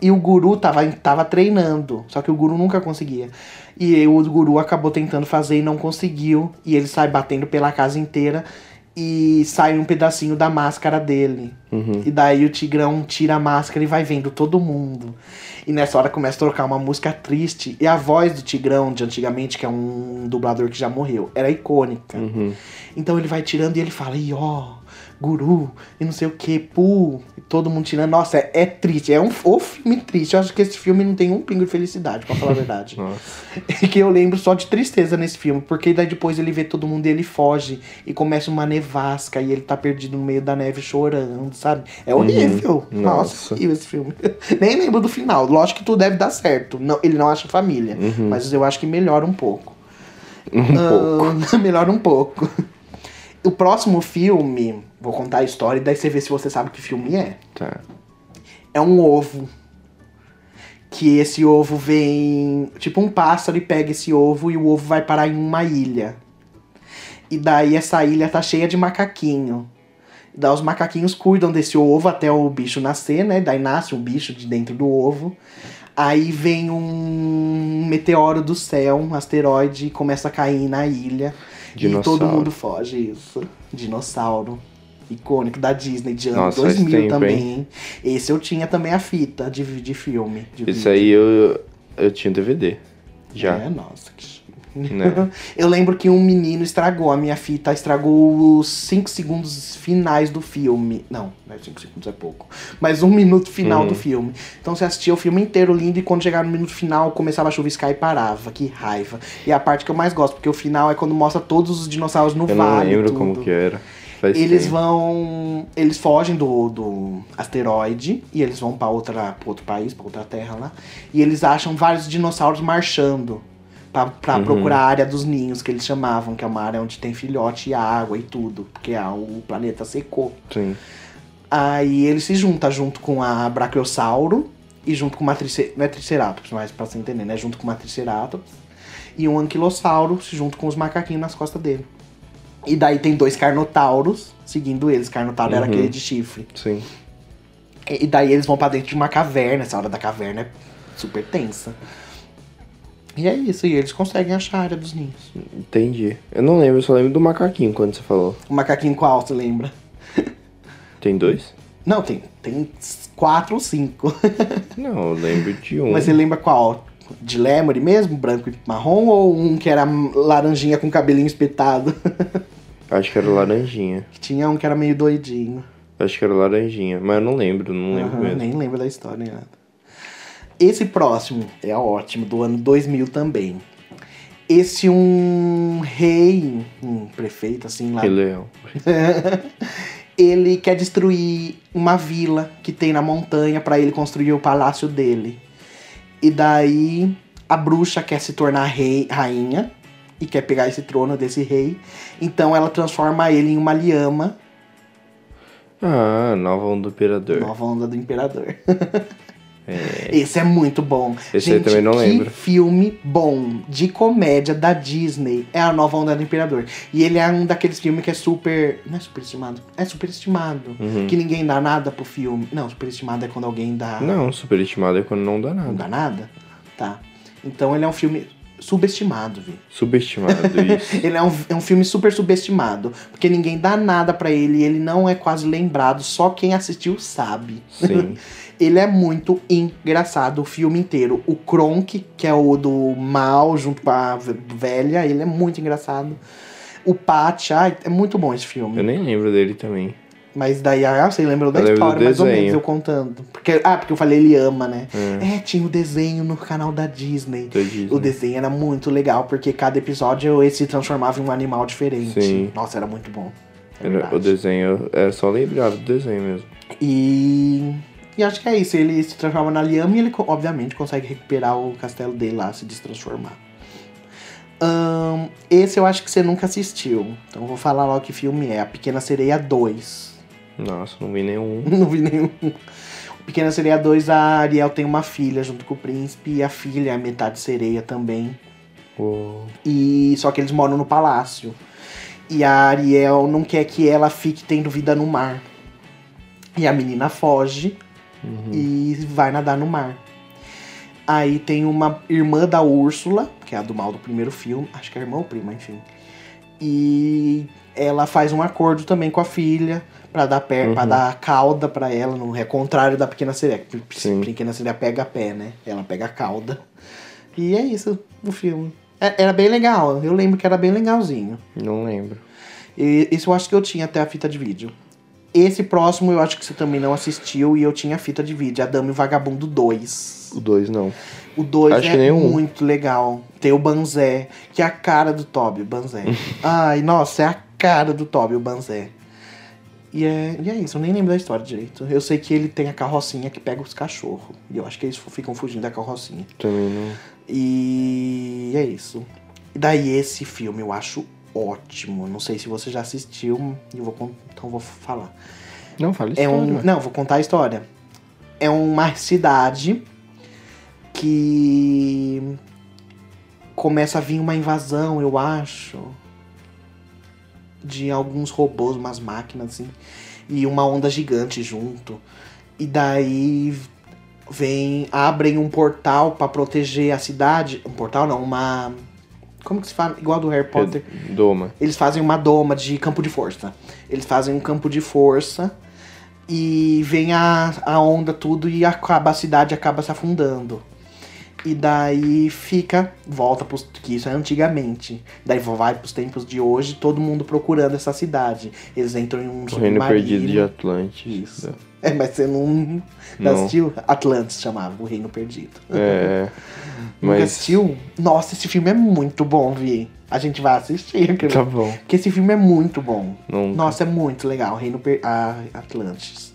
Speaker 2: E o guru tava, tava treinando, só que o guru nunca conseguia. E o guru acabou tentando fazer e não conseguiu. E ele sai batendo pela casa inteira e sai um pedacinho da máscara dele. E daí o Tigrão tira a máscara e vai vendo todo mundo. E nessa hora começa a trocar uma música triste. E a voz do Tigrão de antigamente, que é um dublador que já morreu, era icônica. Então ele vai tirando e ele fala, e ó, guru, e não sei o que, pu. E todo mundo tirando. Nossa, é, é triste. É um o filme triste. Eu acho que esse filme não tem um pingo de felicidade, pra falar a verdade. E que eu lembro só de tristeza nesse filme, porque daí depois ele vê todo mundo e ele foge e começa uma nevasca e ele tá perdido no meio da neve chorando, sabe? É horrível.
Speaker 1: Uhum.
Speaker 2: Nossa,
Speaker 1: Nossa.
Speaker 2: horrível esse filme. (laughs) Nem lembro do final. Lógico que tudo deve dar certo. Não, ele não acha família, mas eu acho que melhora um pouco.
Speaker 1: Um pouco.
Speaker 2: Ah, (laughs) melhora um pouco. O próximo filme, vou contar a história e daí você vê se você sabe que filme é
Speaker 1: Tá.
Speaker 2: é um ovo. Que esse ovo vem. Tipo, um pássaro e pega esse ovo e o ovo vai parar em uma ilha. E daí essa ilha tá cheia de macaquinho. Daí os macaquinhos cuidam desse ovo até o bicho nascer, né? Daí nasce um bicho de dentro do ovo. Aí vem um meteoro do céu, um asteroide, e começa a cair na ilha. E todo
Speaker 1: Dinossauro.
Speaker 2: mundo foge, isso. Dinossauro. Icônico da Disney, de ano
Speaker 1: Nossa, faz
Speaker 2: 2000
Speaker 1: tempo,
Speaker 2: também.
Speaker 1: hein?
Speaker 2: hein? Esse eu tinha também a fita de, vi- de filme. de
Speaker 1: Isso
Speaker 2: vídeo.
Speaker 1: aí eu, eu tinha um DVD. Já.
Speaker 2: É, nossa, que chique.
Speaker 1: Né?
Speaker 2: (laughs) Eu lembro que um menino estragou a minha fita, estragou os 5 segundos finais do filme. Não, 5 segundos é pouco. Mas um minuto final
Speaker 1: Hum.
Speaker 2: do filme. Então você assistia o filme inteiro lindo e quando chegava no minuto final começava a chuviscar e parava. Que raiva. E é a parte que eu mais gosto, porque o final é quando mostra todos os dinossauros no
Speaker 1: Eu não
Speaker 2: vale.
Speaker 1: lembro
Speaker 2: tudo.
Speaker 1: como que era. Faz
Speaker 2: Eles
Speaker 1: tempo.
Speaker 2: vão. Eles fogem do, do asteroide e eles vão pra outra pra outro país, pra outra terra lá. E eles acham vários dinossauros marchando pra, pra procurar a área dos ninhos, que eles chamavam, que é uma área onde tem filhote e água e tudo, porque ah, o planeta secou.
Speaker 1: Sim.
Speaker 2: Aí ele se junta junto com a Brachiosauro e junto com uma trice- não é Triceratops, mas pra você entender, né? Junto com uma Triceratops e um Anquilossauro se junto com os macaquinhos nas costas dele. E daí tem dois Carnotauros seguindo eles. Carnotauro era
Speaker 1: Uhum.
Speaker 2: aquele de chifre.
Speaker 1: Sim.
Speaker 2: E e daí eles vão pra dentro de uma caverna. Essa hora da caverna é super tensa. E é isso, e eles conseguem achar a área dos ninhos.
Speaker 1: Entendi. Eu não lembro, eu só lembro do macaquinho quando você falou.
Speaker 2: O macaquinho com alto, lembra?
Speaker 1: Tem dois?
Speaker 2: Não, tem, tem quatro ou cinco. (laughs)
Speaker 1: Não, eu lembro de um.
Speaker 2: Mas você lembra qual? De Lemory mesmo, branco e marrom, ou um que era laranjinha com cabelinho espetado? (laughs)
Speaker 1: Acho que era o laranjinha.
Speaker 2: Tinha um que era meio doidinho.
Speaker 1: Acho que era o laranjinha. Mas eu não lembro, não lembro
Speaker 2: Aham,
Speaker 1: mesmo.
Speaker 2: nem lembro da história nem nada. Esse próximo é ótimo, do ano 2000 também. Esse um rei, um prefeito assim lá
Speaker 1: Rei Leão.
Speaker 2: ele quer destruir uma vila que tem na montanha pra ele construir o palácio dele. E daí a bruxa quer se tornar rei, rainha e quer pegar esse trono desse rei. Então ela transforma ele em uma lhama,
Speaker 1: Ah, nova onda do imperador.
Speaker 2: nova onda do imperador.
Speaker 1: É.
Speaker 2: Esse é muito bom.
Speaker 1: Esse aí também não
Speaker 2: que
Speaker 1: lembro.
Speaker 2: filme bom de comédia da Disney. É a nova onda do Imperador. E ele é um daqueles filmes que é super. Não é superestimado? É superestimado. Que ninguém dá nada pro filme. Não, superestimado é quando alguém dá.
Speaker 1: Uhum. Não, superestimado é quando não dá
Speaker 2: Não
Speaker 1: nada.
Speaker 2: dá nada? Tá. Então ele é um filme subestimado, Vi. (laughs)
Speaker 1: Subestimado, isso.
Speaker 2: Ele é um, é um filme super subestimado. Porque ninguém dá nada pra ele. Ele não é quase lembrado. Só quem assistiu sabe.
Speaker 1: Sim.
Speaker 2: (laughs) Ele é muito engraçado o filme inteiro. O Kronk, que é o do mal junto com a v- velha, ele é muito engraçado. O Pat, ai, é muito bom esse filme.
Speaker 1: Eu nem lembro dele também.
Speaker 2: Mas daí, ah, você lembrou da
Speaker 1: Eu lembro do
Speaker 2: história, mais ou menos,
Speaker 1: desenho.
Speaker 2: eu contando. Porque, ah, porque eu falei, ele ama, né? É, tinha o desenho no canal da Disney.
Speaker 1: Da Disney.
Speaker 2: O desenho era muito legal, porque cada episódio ele se transformava em um animal diferente.
Speaker 1: Sim.
Speaker 2: Nossa, era muito bom. É
Speaker 1: Era- o
Speaker 2: verdade.
Speaker 1: desenho, eu só lembrava do desenho mesmo.
Speaker 2: E. E acho que é isso. Ele se transforma na Liama e ele, co- obviamente, consegue recuperar o castelo dele lá, se destransformar. Ahn, esse eu acho que você nunca assistiu. Então eu vou falar logo que filme é. A Pequena Sereia 2.
Speaker 1: Nossa, não vi nenhum.
Speaker 2: (laughs) Não vi nenhum. Pequena Sereia 2, a Ariel tem uma filha junto com o príncipe. E a filha é metade sereia também.
Speaker 1: Uou.
Speaker 2: E só que eles moram no palácio. E a Ariel não quer que ela fique tendo vida no mar. E a menina foge e vai nadar no mar. Aí tem uma irmã da Úrsula, que é a do mal do primeiro filme, acho que é irmã ou prima, enfim. E ela faz um acordo também com a filha pra dar pé, para dar cauda pra ela, não é contrário da pequena sereia. que
Speaker 1: Sim.
Speaker 2: A pequena sereia pega pé, né? Ela pega cauda. E é isso o filme. É- Era bem legal, eu lembro que era bem legalzinho.
Speaker 1: Não lembro.
Speaker 2: E isso eu acho que eu tinha até a fita de vídeo. Esse próximo eu acho que você também não assistiu e eu tinha a fita de vídeo, A Dama e o Vagabundo 2.
Speaker 1: O dois não.
Speaker 2: O 2
Speaker 1: Acho que
Speaker 2: é
Speaker 1: nenhum.
Speaker 2: muito legal. Tem o Banzé, que é a cara do Toby, o
Speaker 1: (laughs)
Speaker 2: Banzé. Ai, nossa, é a cara do Toby, o Banzé. E é, e é isso, eu nem lembro da história direito. Eu sei que ele tem a carrocinha que pega os cachorros. E eu acho que eles ficam fugindo da carrocinha.
Speaker 1: Também não.
Speaker 2: E é isso. E daí esse filme eu acho ótimo. Não sei se você já assistiu, eu vou con- então vou falar.
Speaker 1: Não, fala
Speaker 2: É
Speaker 1: história.
Speaker 2: um,
Speaker 1: ué.
Speaker 2: não, vou contar a história. É uma cidade que começa a vir uma invasão, eu acho, de alguns robôs, umas máquinas assim, e uma onda gigante junto. E daí vem, abrem um portal pra proteger a cidade, um portal não, uma como que se fala? Igual do Harry Potter.
Speaker 1: Doma.
Speaker 2: Eles fazem uma doma de campo de força. Eles fazem um campo de força e vem a, a onda tudo e acaba a cidade acaba se afundando. E daí fica, volta pros. que isso é antigamente. Daí vai pros tempos de hoje, todo mundo procurando essa cidade. Eles entram em um
Speaker 1: O Reino
Speaker 2: submarino.
Speaker 1: Perdido de Atlantis.
Speaker 2: Isso. (laughs) É, mas você não, não
Speaker 1: Não.
Speaker 2: assistiu? Atlantis chamava, o Reino Perdido.
Speaker 1: É.
Speaker 2: Nunca
Speaker 1: Mas.
Speaker 2: assistiu? Nossa, esse filme é muito bom, Vi. A gente vai assistir, acredito.
Speaker 1: Tá bom.
Speaker 2: Porque esse filme é muito bom.
Speaker 1: Não.
Speaker 2: Nossa, é muito legal. Reino per... a- Atlantis.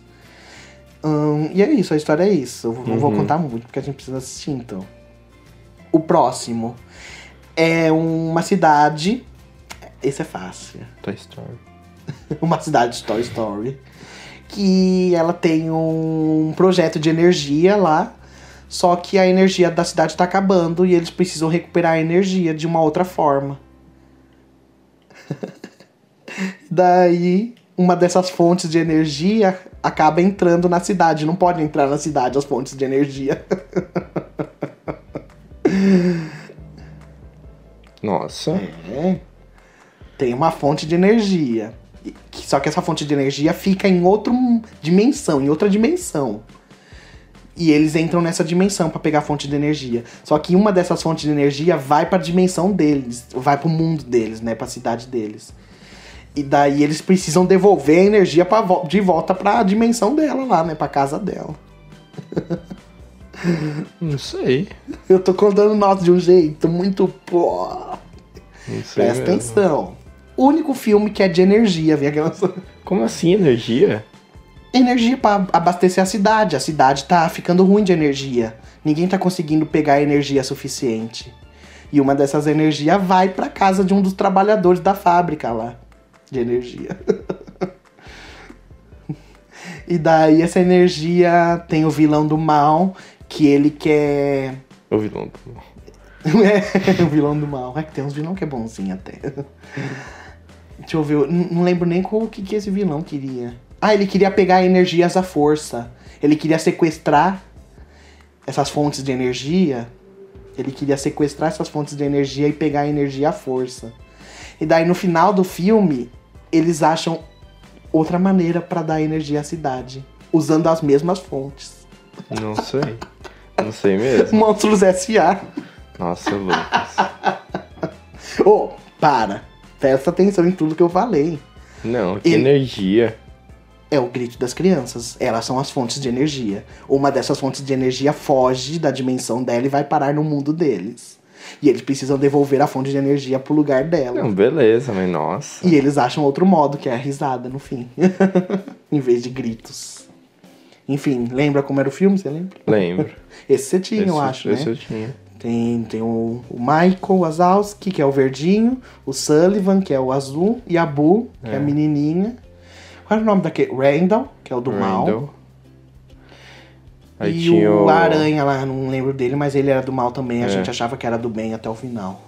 Speaker 2: Hum, e é isso, a história é isso. Eu não vou contar muito porque a gente precisa assistir, então. O próximo é uma cidade. Esse é fácil.
Speaker 1: Toy Story.
Speaker 2: (laughs) Uma cidade de Toy Story. Que ela tem um projeto de energia lá. Só que a energia da cidade tá acabando e eles precisam recuperar a energia de uma outra forma. (laughs) Daí, uma dessas fontes de energia acaba entrando na cidade. Não pode entrar na cidade as fontes de energia.
Speaker 1: Nossa.
Speaker 2: É. Tem uma fonte de energia. E- que- Só que essa fonte de energia fica em outra dimensão, em outra dimensão. E eles entram nessa dimensão pra pegar a fonte de energia. Só que uma dessas fontes de energia vai pra dimensão deles, vai pro mundo deles, né, pra cidade deles. E daí eles precisam devolver a energia pra, vo- de volta pra dimensão dela lá, né, pra casa dela. (laughs) É.
Speaker 1: Não sei.
Speaker 2: Eu tô contando nós de um jeito muito pô.
Speaker 1: Não sei.
Speaker 2: Presta
Speaker 1: mesmo.
Speaker 2: atenção. O único filme que é de energia, vem aquelas
Speaker 1: Como assim, energia?
Speaker 2: energia pra abastecer a cidade. A cidade tá ficando ruim de energia. Ninguém tá conseguindo pegar energia suficiente. E uma dessas energias vai pra casa de um dos trabalhadores da fábrica lá de energia. (laughs) e daí essa energia tem o vilão do mal que ele quer
Speaker 1: O vilão tá do-
Speaker 2: (laughs) é, o vilão do mal. É que tem uns vilão que é bonzinho até. (laughs) Deixa eu ver, eu n- não lembro nem qual- o que, que esse vilão queria. Ah, ele queria pegar energias à força. Ele queria sequestrar essas fontes de energia. Ele queria sequestrar essas fontes de energia e pegar a energia à força. E daí no final do filme, eles acham outra maneira pra dar energia à cidade, usando as mesmas fontes.
Speaker 1: Não sei. Não sei mesmo.
Speaker 2: Monstros S.A.
Speaker 1: Nossa, Lucas.
Speaker 2: Ô, para. Presta atenção em tudo que eu falei.
Speaker 1: Não, que
Speaker 2: Ele-
Speaker 1: energia.
Speaker 2: É o grito das crianças. Elas são as fontes de energia. Uma dessas fontes de energia foge da dimensão dela e vai parar no mundo deles. E eles precisam devolver a fonte de energia pro lugar dela.
Speaker 1: Não, beleza, mas nossa.
Speaker 2: E eles acham outro modo, que é a risada no fim. (laughs) em vez de gritos. Enfim, lembra como era o filme? Você lembra?
Speaker 1: Lembro.
Speaker 2: Esse você tinha,
Speaker 1: Esse-
Speaker 2: eu acho,
Speaker 1: esse
Speaker 2: né?
Speaker 1: eu tinha.
Speaker 2: Tem, tem o, o Michael Wazowski, que é o verdinho, o Sullivan, que é o azul, e a Boo, que é, a
Speaker 1: É.
Speaker 2: menininha. Qual era o nome daquele? Randall, que é o do mal.
Speaker 1: Randall. Aí
Speaker 2: e
Speaker 1: tinha
Speaker 2: o,
Speaker 1: o...
Speaker 2: Aranha lá, não lembro dele, mas ele era do mal também. A
Speaker 1: É.
Speaker 2: gente achava que era do bem até o final.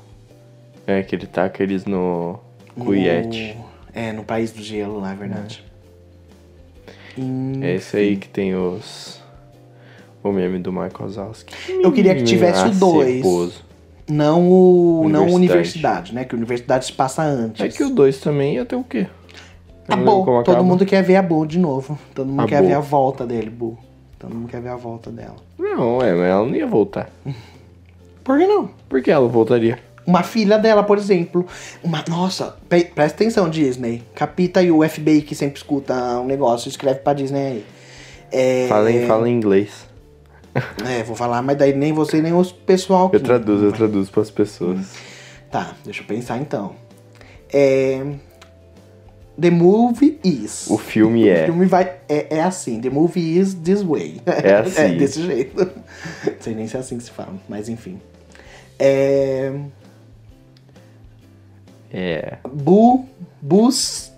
Speaker 1: É, que ele taca eles no
Speaker 2: No-
Speaker 1: Cuyete.
Speaker 2: É, no País do Gelo lá, é verdade. Hum,
Speaker 1: É esse aí que tem os... O meme do Hum, Michael Zalski.
Speaker 2: Eu queria que tivesse o dois. Não o. Não o
Speaker 1: É. Universidade.
Speaker 2: universidade, né? Que a universidade se passa antes.
Speaker 1: É que o 2 também ia ter o quê?
Speaker 2: A
Speaker 1: Eu não lembro
Speaker 2: Bo,
Speaker 1: como
Speaker 2: Tá todo
Speaker 1: acaba.
Speaker 2: mundo quer ver a Bo de novo. Todo mundo
Speaker 1: A
Speaker 2: quer
Speaker 1: Bo.
Speaker 2: ver a volta dele, Bo. Todo mundo quer ver a volta dela.
Speaker 1: Não, é, mas ela não ia voltar.
Speaker 2: Por que não?
Speaker 1: Por que ela voltaria?
Speaker 2: Uma filha dela, por exemplo. Uma, nossa, pe- presta atenção, Disney. Capita aí o FBI que sempre escuta um negócio, escreve pra Disney aí. É,
Speaker 1: Fala em, fala em inglês.
Speaker 2: é, vou falar, mas daí nem você, nem os pessoal que.
Speaker 1: Eu traduzo, eu traduzo pras pessoas.
Speaker 2: Tá, deixa eu pensar então. É. The movie is.
Speaker 1: O filme
Speaker 2: O
Speaker 1: é.
Speaker 2: filme vai. É, é assim, the movie is this way. (laughs)
Speaker 1: É assim.
Speaker 2: É desse jeito. (laughs) Não sei nem se é assim que se fala, mas enfim. É.
Speaker 1: É.
Speaker 2: Bu. Bus.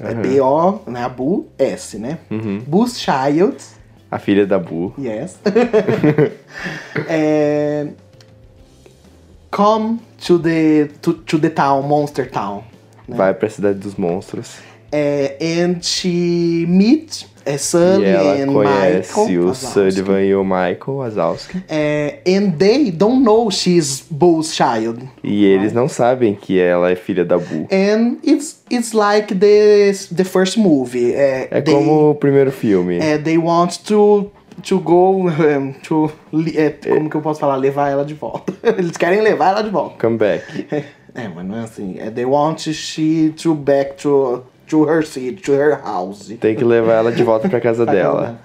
Speaker 2: É
Speaker 1: Aham.
Speaker 2: B-O, né? A Bu, S, né?
Speaker 1: Uhum.
Speaker 2: Bus Child,
Speaker 1: A filha da Bu.
Speaker 2: yes. (laughs) é. Come to the, to, to the town, Monster Town. Né?
Speaker 1: Vai pra cidade dos monstros.
Speaker 2: É, and she meet é, Sully
Speaker 1: e ela
Speaker 2: and
Speaker 1: conhece
Speaker 2: Michael.
Speaker 1: o
Speaker 2: Wazowski.
Speaker 1: Sullivan e o Michael Wazowski.
Speaker 2: É, and they don't know she's Bo's child.
Speaker 1: E eles não sabem que ela é filha da Bu.
Speaker 2: And it's, it's like the, the first movie. É,
Speaker 1: É
Speaker 2: they,
Speaker 1: como o primeiro filme.
Speaker 2: é, they want to, to go. um, to, li- é, como que eu posso falar? Levar ela de volta. (laughs) Eles querem levar ela de volta.
Speaker 1: Come back.
Speaker 2: (laughs) É, mas não é assim. É, they want she to back to, to her city, to her house.
Speaker 1: Tem que levar ela de volta pra casa
Speaker 2: Pra
Speaker 1: dela.
Speaker 2: casa dela.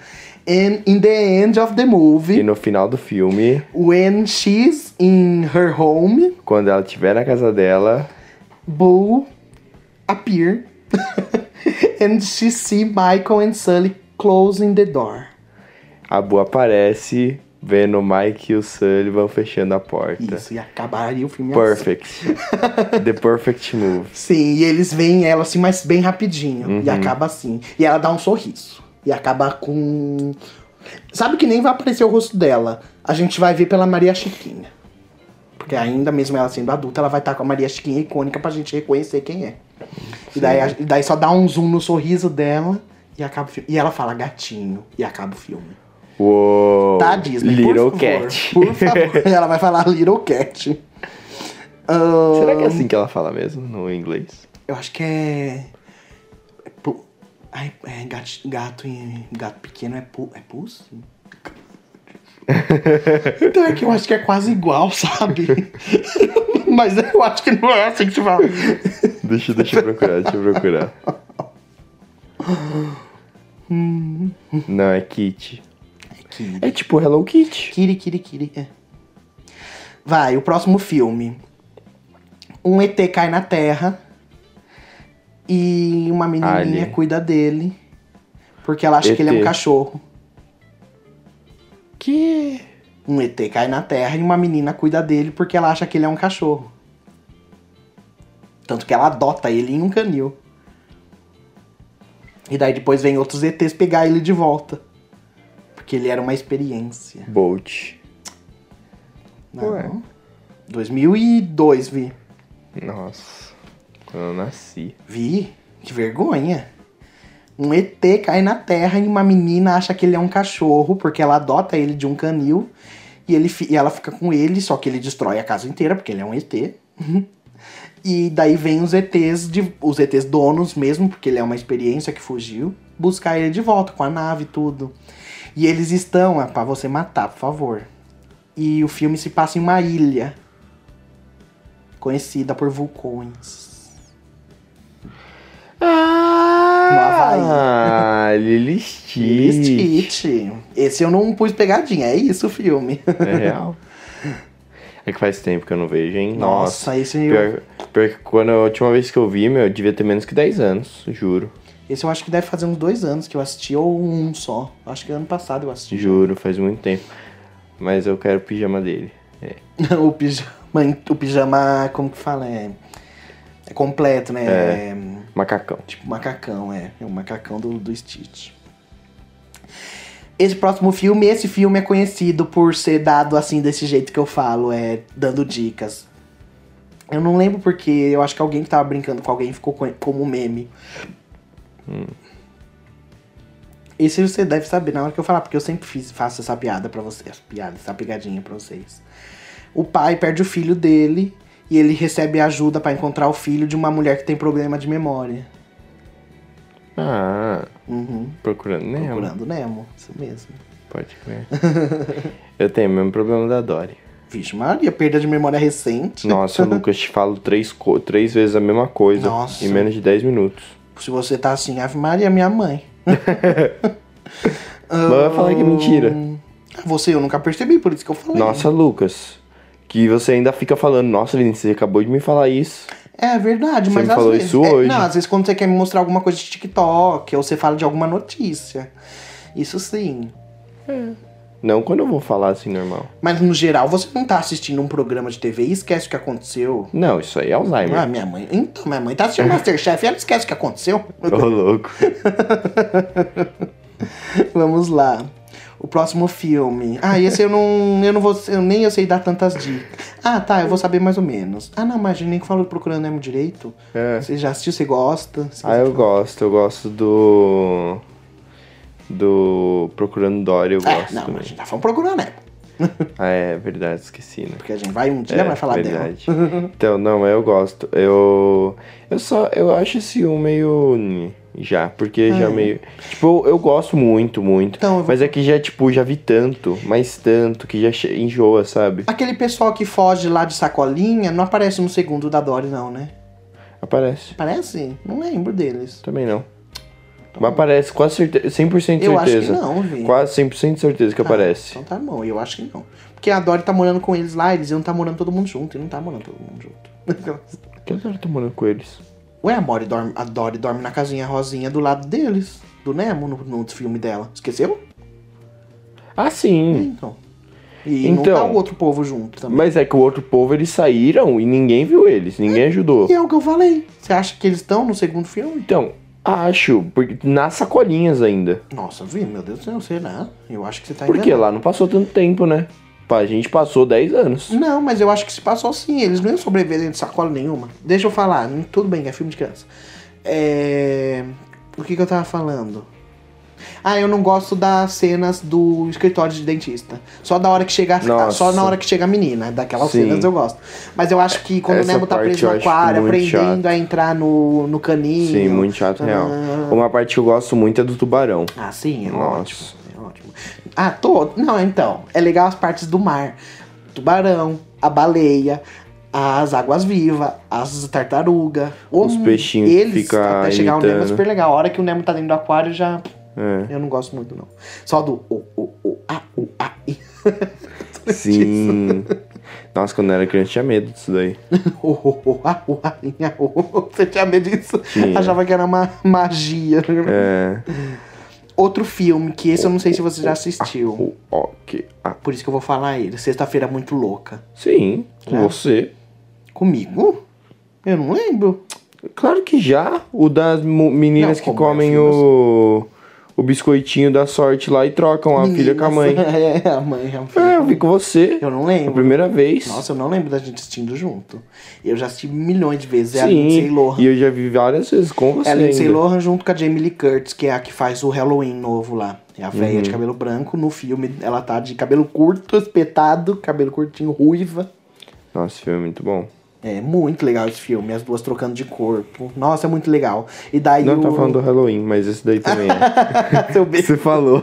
Speaker 2: And in the end of the
Speaker 1: E
Speaker 2: movie,
Speaker 1: no final do filme,
Speaker 2: when she's in her home,
Speaker 1: quando ela estiver na casa dela,
Speaker 2: Boo appear (laughs) and she see Michael and Sully closing the door.
Speaker 1: a Bu aparece vendo o Mike e o Sullivan fechando a porta.
Speaker 2: Isso, e acabaria o filme assim.
Speaker 1: Perfect. The perfect move.
Speaker 2: Sim, e eles veem ela assim, mas bem rapidinho. E
Speaker 1: Uhum.
Speaker 2: acaba assim. E ela dá um sorriso. E acaba com. Sabe que nem vai aparecer o rosto dela. A gente vai ver pela Maria Chiquinha. Porque ainda mesmo ela sendo adulta, ela vai estar com a Maria Chiquinha icônica pra gente reconhecer quem é. E daí, a- e daí só dá um zoom no sorriso dela e acaba o filme. E ela fala gatinho e acaba o filme.
Speaker 1: Uou.
Speaker 2: Tá, Disney?
Speaker 1: Oh, Little
Speaker 2: por favor,
Speaker 1: Cat.
Speaker 2: Por
Speaker 1: (laughs)
Speaker 2: favor. ela vai falar Little Cat. Ahn,
Speaker 1: Será que é assim que ela fala mesmo no inglês?
Speaker 2: Eu acho que é. é pu- Ai, é gato, gato em. Gato pequeno é, pu... é pulso? Então é que eu acho que é quase igual, sabe? Mas eu acho que não é assim que se fala.
Speaker 1: Deixa, deixa eu procurar, deixa eu procurar. Não, é Kitty.
Speaker 2: Kiri,
Speaker 1: É tipo Hello Kitty.
Speaker 2: Kiri, Kiri, Kiri. É. Vai, o próximo filme. Um ET cai na Terra e uma menininha
Speaker 1: Alien.
Speaker 2: cuida dele porque ela acha que ele é
Speaker 1: ET.
Speaker 2: um cachorro.
Speaker 1: Que?
Speaker 2: Um ET cai na Terra e uma menina cuida dele porque ela acha que ele é um cachorro. Tanto que ela adota ele em um canil. E daí depois vem outros ETs pegar ele de volta. Porque ele era uma experiência.
Speaker 1: Bolt.
Speaker 2: Não.
Speaker 1: Ué.
Speaker 2: 2002, vi.
Speaker 1: Nossa. Quando eu nasci.
Speaker 2: Vi? Que vergonha. Um ET cai na terra e uma menina acha que ele é um cachorro, porque ela adota ele de um canil. E, ele, fi- e ela fica com ele, só que ele destrói a casa inteira, porque ele é um ET. (laughs) e daí vem os ETs, de, os ETs donos mesmo, porque ele é uma experiência que fugiu, buscar ele de volta com a nave e tudo. E eles estão, é pra você matar, por favor. E o filme se passa em uma ilha, conhecida por vulcões.
Speaker 1: Ah, Lily
Speaker 2: (laughs) Lilith. Esse eu não pus pegadinha, é isso o filme.
Speaker 1: É real. É que faz tempo que eu não vejo, hein?
Speaker 2: Nossa, esse eu-
Speaker 1: Pior, pior que quando a última vez que eu vi, meu, eu devia ter menos que 10 anos, juro.
Speaker 2: Esse eu acho que deve fazer uns dois anos que eu assisti, ou um só. Acho que ano passado eu assisti.
Speaker 1: Juro, faz muito tempo. Mas eu quero o pijama dele. É.
Speaker 2: (laughs) o pijama. O pijama, como que fala? É, é completo, né?
Speaker 1: É.
Speaker 2: É,
Speaker 1: Macacão.
Speaker 2: Tipo macacão, é. É o macacão do, do Stitch. Esse próximo filme, esse filme é conhecido por ser dado assim, desse jeito que eu falo, é dando dicas. Eu não lembro porque eu acho que alguém que tava brincando com alguém ficou co- como um meme. Esse você deve saber na hora que eu falar, porque eu sempre fiz, faço essa piada pra vocês. Essa piada, essa pegadinha pra vocês. O pai perde o filho dele e ele recebe ajuda pra encontrar o filho de uma mulher que tem problema de memória.
Speaker 1: Ah,
Speaker 2: Uhum.
Speaker 1: procurando Nemo.
Speaker 2: Procurando Nemo, isso mesmo.
Speaker 1: Pode crer. (laughs) eu tenho o mesmo problema da Dory.
Speaker 2: Vixe, Maria, perda de memória recente. (laughs)
Speaker 1: Nossa, Lucas, te falo três, co- três vezes a mesma coisa
Speaker 2: Nossa.
Speaker 1: em menos de 10 minutos.
Speaker 2: Se você tá assim, Ave Maria, minha mãe.
Speaker 1: Mas vai falar que é mentira.
Speaker 2: Ah, Você, eu nunca percebi, por isso que eu falei.
Speaker 1: Nossa, Lucas. Que você ainda fica falando, nossa, Vinícius, você acabou de me falar isso.
Speaker 2: É verdade,
Speaker 1: Você
Speaker 2: mas
Speaker 1: me
Speaker 2: às
Speaker 1: falou
Speaker 2: vezes.
Speaker 1: isso
Speaker 2: é,
Speaker 1: hoje.
Speaker 2: Não, às vezes quando você quer me mostrar alguma coisa de TikTok, ou você fala de alguma notícia. Isso sim.
Speaker 1: Não quando eu vou falar assim normal.
Speaker 2: Mas no geral, você não tá assistindo um programa de TV e esquece o que aconteceu.
Speaker 1: Não, isso aí é Alzheimer.
Speaker 2: Ah, minha mãe. Então, minha mãe tá
Speaker 1: (laughs)
Speaker 2: assistindo Masterchef e ela esquece o que aconteceu.
Speaker 1: Ô, louco.
Speaker 2: Vamos lá. O próximo filme. Ah, esse eu não. Eu não vou. Eu nem eu sei dar tantas dicas. Ah, tá, eu vou saber mais ou menos. Ah, não, mas a gente nem falou do procurando Nemo direito.
Speaker 1: É.
Speaker 2: Você já assistiu, você gosta? Você
Speaker 1: Ah, eu gosto, eu gosto do. Do. Procurando Dory, eu
Speaker 2: Ah,
Speaker 1: gosto.
Speaker 2: não, mas a
Speaker 1: também.
Speaker 2: gente tá falando procurando Nemo.
Speaker 1: Ah, é verdade, esqueci, né?
Speaker 2: Porque a gente vai um dia vai falar dela.
Speaker 1: verdade.
Speaker 2: (laughs)
Speaker 1: então, não, mas eu gosto. Eu. Eu só. Eu acho esse um meio. nhe, Já, porque já meio. Tipo, eu, eu gosto muito, muito.
Speaker 2: É. Então, eu vou-
Speaker 1: Mas é que já, tipo, já vi tanto, mas tanto, que já che- enjoa, sabe?
Speaker 2: Aquele pessoal que foge lá de sacolinha não aparece no segundo da Dory, não, né?
Speaker 1: Aparece.
Speaker 2: Aparece? Não lembro deles.
Speaker 1: Também não. Mas aparece, quase certeza. 100% certeza.
Speaker 2: Tá Eu acho que não, Vi.
Speaker 1: Quase 100% certeza que
Speaker 2: Ah,
Speaker 1: aparece.
Speaker 2: Então tá bom, eu acho que não. Porque a Dory tá morando com eles lá, eles iam tá morando todo mundo junto, e não tá morando todo mundo junto.
Speaker 1: Por
Speaker 2: (laughs)
Speaker 1: que eu tô tomando com eles?
Speaker 2: Ué, a Dory dorme, a Dory dorme na casinha rosinha do lado deles. Do Nemo no, no filme dela. Esqueceu?
Speaker 1: Ah, sim.
Speaker 2: Então. E não
Speaker 1: Então.
Speaker 2: tá o outro povo junto também.
Speaker 1: Mas é que o outro povo eles saíram e ninguém viu eles, ninguém ajudou.
Speaker 2: E é o que eu falei. Você acha que eles estão no segundo filme?
Speaker 1: Então, acho, porque nas sacolinhas ainda.
Speaker 2: Nossa, vi, meu Deus do céu, será? Eu acho que você tá
Speaker 1: Porque
Speaker 2: enganado.
Speaker 1: lá não passou tanto tempo, né? Pá, a gente passou 10 anos.
Speaker 2: Não, mas eu acho que se passou assim. Eles não iam sobreviver dentro de sacola nenhuma. Deixa eu falar. hum, Tudo bem, é filme de criança. É... O que, que eu tava falando? Ah, eu não gosto das cenas do escritório de dentista. Só da hora que chega a,
Speaker 1: Nossa.
Speaker 2: só na hora que chega a menina, daquelas
Speaker 1: Sim.
Speaker 2: cenas eu gosto. Mas eu acho que quando
Speaker 1: Essa
Speaker 2: o Nemo tá
Speaker 1: parte
Speaker 2: preso
Speaker 1: eu
Speaker 2: no
Speaker 1: acho
Speaker 2: aquário,
Speaker 1: muito
Speaker 2: aprendendo
Speaker 1: chato.
Speaker 2: a entrar no, no caninho.
Speaker 1: Sim, muito chato, real.
Speaker 2: Ah,
Speaker 1: Uma parte que eu gosto muito é do tubarão.
Speaker 2: Ah, sim, é
Speaker 1: Nossa.
Speaker 2: ótimo. É ótimo. Ah, tô. Não, então. É legal as partes do mar. Tubarão, a baleia, as águas vivas, as tartarugas.
Speaker 1: Os peixinhos que
Speaker 2: Eles,
Speaker 1: fica
Speaker 2: até chegar o Nemo é
Speaker 1: imitando.
Speaker 2: super legal. A hora que o Nemo tá dentro do aquário, já...
Speaker 1: É.
Speaker 2: Eu não gosto muito, não. Só do... O, o, o, a, o, a, i.
Speaker 1: É. (laughs) Sim. Nossa, quando eu era criança eu tinha medo disso daí.
Speaker 2: O, o, o, a, o, a, i, a, o. Você tinha medo disso?
Speaker 1: Tinha.
Speaker 2: Achava que era uma magia.
Speaker 1: É.
Speaker 2: Outro filme, que esse eu não sei se você já assistiu.
Speaker 1: O ok. Ah,
Speaker 2: Por isso que eu vou falar ele. Sexta-feira Muito Louca.
Speaker 1: sim, com
Speaker 2: É.
Speaker 1: você.
Speaker 2: Comigo? Eu não lembro.
Speaker 1: Claro que já. O das mu- meninas
Speaker 2: Não,
Speaker 1: que
Speaker 2: como é,
Speaker 1: comem
Speaker 2: filhas?
Speaker 1: o. O biscoitinho da sorte lá e trocam a filha com a mãe.
Speaker 2: (laughs) É, a mãe. A filha.
Speaker 1: É, eu vi com você.
Speaker 2: Eu não
Speaker 1: A
Speaker 2: lembro.
Speaker 1: primeira vez.
Speaker 2: Nossa, eu não lembro da gente assistindo junto. Eu já assisti milhões de vezes. É a Lindsay
Speaker 1: Sim.
Speaker 2: Lohan.
Speaker 1: E eu já vi várias vezes com você.
Speaker 2: É a Lindsay
Speaker 1: ainda.
Speaker 2: Lohan junto com a Jamie Lee Curtis, que é a que faz o Halloween novo lá. É a velha
Speaker 1: Uhum.
Speaker 2: de cabelo branco. No filme, ela tá de cabelo curto, espetado, cabelo curtinho, ruiva.
Speaker 1: Nossa, esse filme é muito bom.
Speaker 2: É muito legal esse filme, as duas trocando de corpo. Nossa, é muito legal. E daí
Speaker 1: Não,
Speaker 2: o...
Speaker 1: tá falando do Halloween, mas esse daí também é. (laughs)
Speaker 2: (laughs) Seu beijo.
Speaker 1: Você falou.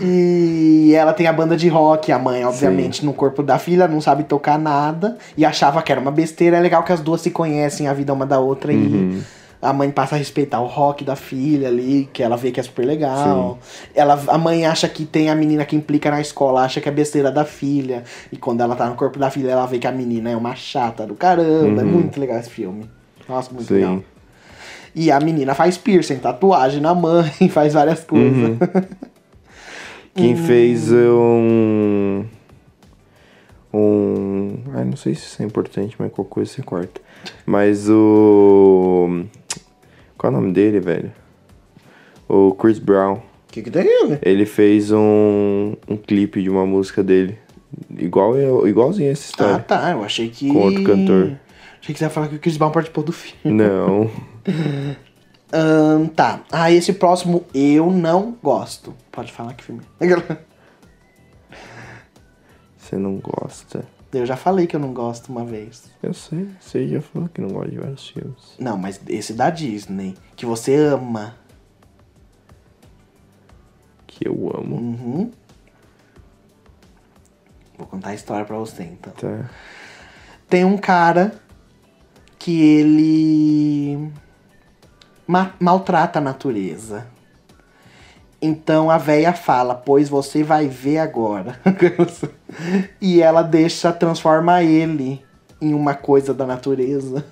Speaker 2: E ela tem a banda de rock, a mãe, obviamente, no corpo da filha, não sabe
Speaker 1: Uhum.
Speaker 2: tocar nada. E achava que era uma besteira. É legal que as duas se conhecem a vida uma da outra e A mãe passa a respeitar o rock da filha ali, que ela vê que é super legal. Ela, a mãe acha que tem a menina que implica na escola, acha que é besteira da filha. E quando ela tá no corpo da filha, ela vê que a menina é uma chata do caramba. É
Speaker 1: Uhum.
Speaker 2: muito legal esse filme. Nossa, muito
Speaker 1: Sim.
Speaker 2: legal. E a menina faz piercing, tatuagem na mãe, (laughs) faz várias coisas.
Speaker 1: Uhum. Quem
Speaker 2: Hum.
Speaker 1: fez um. Um. Ai, não sei se isso é importante, mas qualquer coisa você corta. Mas o. Qual é o nome dele, velho? O Chris Brown.
Speaker 2: O que tá que tem ele?
Speaker 1: Ele fez um, um clipe de uma música dele. Igual, eu- igualzinho essa
Speaker 2: Ah,
Speaker 1: história.
Speaker 2: tá. Eu achei que.
Speaker 1: Com outro cantor.
Speaker 2: Achei que você ia falar que o Chris Brown participou do filme.
Speaker 1: Não. (laughs)
Speaker 2: Ahn, tá. Ah, esse próximo eu não gosto. Pode falar que filme. é.
Speaker 1: Você não gosta.
Speaker 2: (laughs) Eu já falei que eu não gosto uma vez.
Speaker 1: Eu sei. Você já falou que não gosta de vários filmes.
Speaker 2: Não, mas esse da Disney. Que você ama.
Speaker 1: Que eu amo.
Speaker 2: Uhum. Vou contar a história pra você então.
Speaker 1: Tá.
Speaker 2: Tem um cara que ele ma- maltrata a natureza. Então a véia fala, pois você vai ver agora. (laughs) e ela deixa, transforma ele em uma coisa da natureza.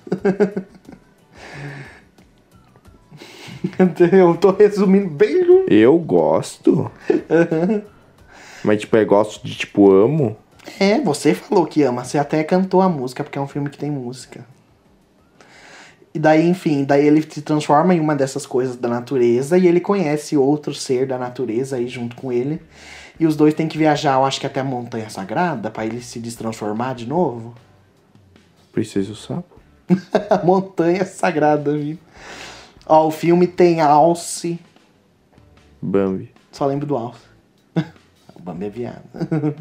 Speaker 2: (laughs) Eu tô resumindo bem.
Speaker 1: Eu (laughs) gosto? Mas, tipo, é gosto de, tipo, amo?
Speaker 2: É, você falou que ama, você até cantou a música, porque é um filme que tem música. E daí, enfim, daí ele se transforma em uma dessas coisas da natureza e ele conhece outro ser da natureza aí junto com ele. E os dois têm que viajar, eu acho que até a Montanha Sagrada, pra ele se destransformar de novo. (laughs)
Speaker 1: Princesa do Sapo?
Speaker 2: a Montanha Sagrada, viu? Ó, o filme tem Alce.
Speaker 1: Bambi.
Speaker 2: Só lembro do Alce. (laughs) o Bambi é viado. (laughs)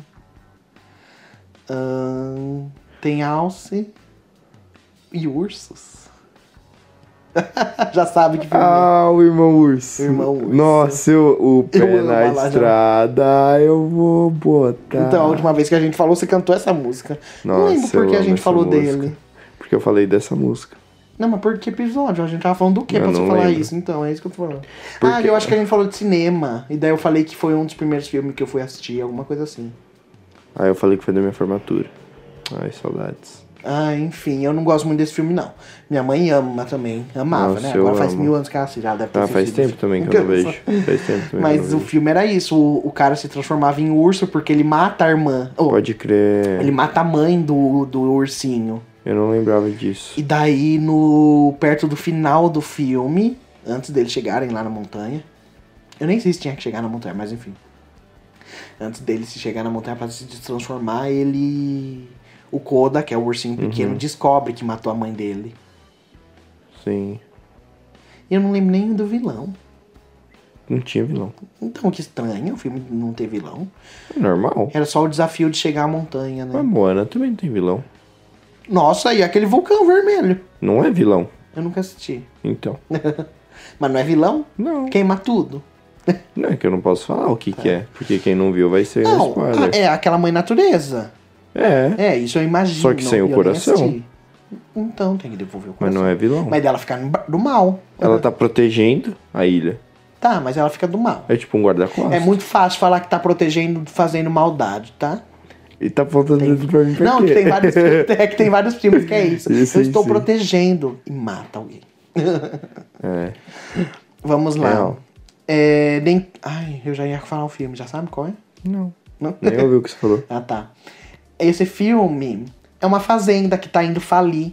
Speaker 2: Ahn, tem Alce e ursos. (laughs) Já sabe que filme. é.
Speaker 1: Ah, o Irmão Urso.
Speaker 2: Irmão Urso.
Speaker 1: Nossa, eu, o pé
Speaker 2: amo a
Speaker 1: na
Speaker 2: Lajão.
Speaker 1: estrada eu vou botar.
Speaker 2: Então, a última vez que a gente falou, você cantou essa música. Não
Speaker 1: Nossa,
Speaker 2: lembro por
Speaker 1: eu
Speaker 2: que a
Speaker 1: amo
Speaker 2: gente
Speaker 1: essa
Speaker 2: falou
Speaker 1: música.
Speaker 2: dele.
Speaker 1: Porque eu falei dessa música.
Speaker 2: Não, mas por que episódio? A gente tava falando do que
Speaker 1: Eu
Speaker 2: pra você
Speaker 1: não
Speaker 2: falar
Speaker 1: lembro.
Speaker 2: isso? Então, é isso que eu tô falando. Ah,
Speaker 1: Porque-
Speaker 2: eu acho que a gente falou de cinema. E daí eu falei que foi um dos primeiros filmes que eu fui assistir, alguma coisa assim.
Speaker 1: Aí eu falei que foi da minha formatura. Ai, saudades.
Speaker 2: Ah, enfim, eu não gosto muito desse filme, não. Minha mãe ama também. Amava,
Speaker 1: Nossa,
Speaker 2: né?
Speaker 1: eu
Speaker 2: Agora faz
Speaker 1: amo.
Speaker 2: mil anos que ela já deve ter
Speaker 1: Ah, faz
Speaker 2: assistido
Speaker 1: tempo
Speaker 2: esse
Speaker 1: também
Speaker 2: filme.
Speaker 1: que eu não vejo. Faz tempo também que eu
Speaker 2: Mas
Speaker 1: não
Speaker 2: o
Speaker 1: vejo.
Speaker 2: filme era isso: o, o cara se transformava em urso porque ele mata a irmã. Ou,
Speaker 1: Pode crer.
Speaker 2: ele mata a mãe do, do ursinho.
Speaker 1: Eu não lembrava disso.
Speaker 2: E daí, no perto do final do filme, antes deles chegarem lá na montanha. Eu nem sei se tinha que chegar na montanha, mas enfim. Antes dele se chegar na montanha pra se transformar, ele. O Koda, que é o ursinho
Speaker 1: Uhum.
Speaker 2: pequeno, descobre que matou a mãe dele.
Speaker 1: Sim.
Speaker 2: E eu não lembro nem do vilão.
Speaker 1: Não tinha vilão. É
Speaker 2: Então, que estranho o filme não ter vilão.
Speaker 1: Normal.
Speaker 2: Era só o desafio de chegar à montanha, né?
Speaker 1: Mas Moana também não tem vilão.
Speaker 2: Nossa, e aquele vulcão vermelho?
Speaker 1: Não é vilão.
Speaker 2: Eu nunca assisti. (laughs)
Speaker 1: Então.
Speaker 2: Mas não é vilão?
Speaker 1: Não.
Speaker 2: Queima tudo.
Speaker 1: Não é que eu não posso falar o que, que é. Porque quem não viu vai ser um
Speaker 2: Não,
Speaker 1: spoiler.
Speaker 2: a- é aquela mãe natureza.
Speaker 1: É.
Speaker 2: É, isso eu imagino.
Speaker 1: Só que sem
Speaker 2: eu
Speaker 1: o
Speaker 2: nem
Speaker 1: coração.
Speaker 2: assisti. Então, tem que devolver o
Speaker 1: Mas
Speaker 2: coração.
Speaker 1: não é vilão.
Speaker 2: Mas dela ficar no ba- do mal.
Speaker 1: Ela tá protegendo a ilha.
Speaker 2: Tá, mas ela fica do mal.
Speaker 1: É tipo um guarda-costas.
Speaker 2: É muito fácil falar que tá protegendo, fazendo maldade, tá?
Speaker 1: E tá faltando tudo pra mim pra
Speaker 2: Não,
Speaker 1: quê?
Speaker 2: que tem vários,
Speaker 1: (laughs)
Speaker 2: é que tem vários filmes que é isso.
Speaker 1: Isso,
Speaker 2: eu estou
Speaker 1: isso.
Speaker 2: protegendo e mata alguém.
Speaker 1: É.
Speaker 2: Vamos lá.
Speaker 1: Não.
Speaker 2: É, nem... Ai, eu já ia falar o filme, já sabe qual é?
Speaker 1: Não.
Speaker 2: Não?
Speaker 1: Nem ouviu o que você falou.
Speaker 2: Ah, tá. Esse filme é uma fazenda que tá indo falir.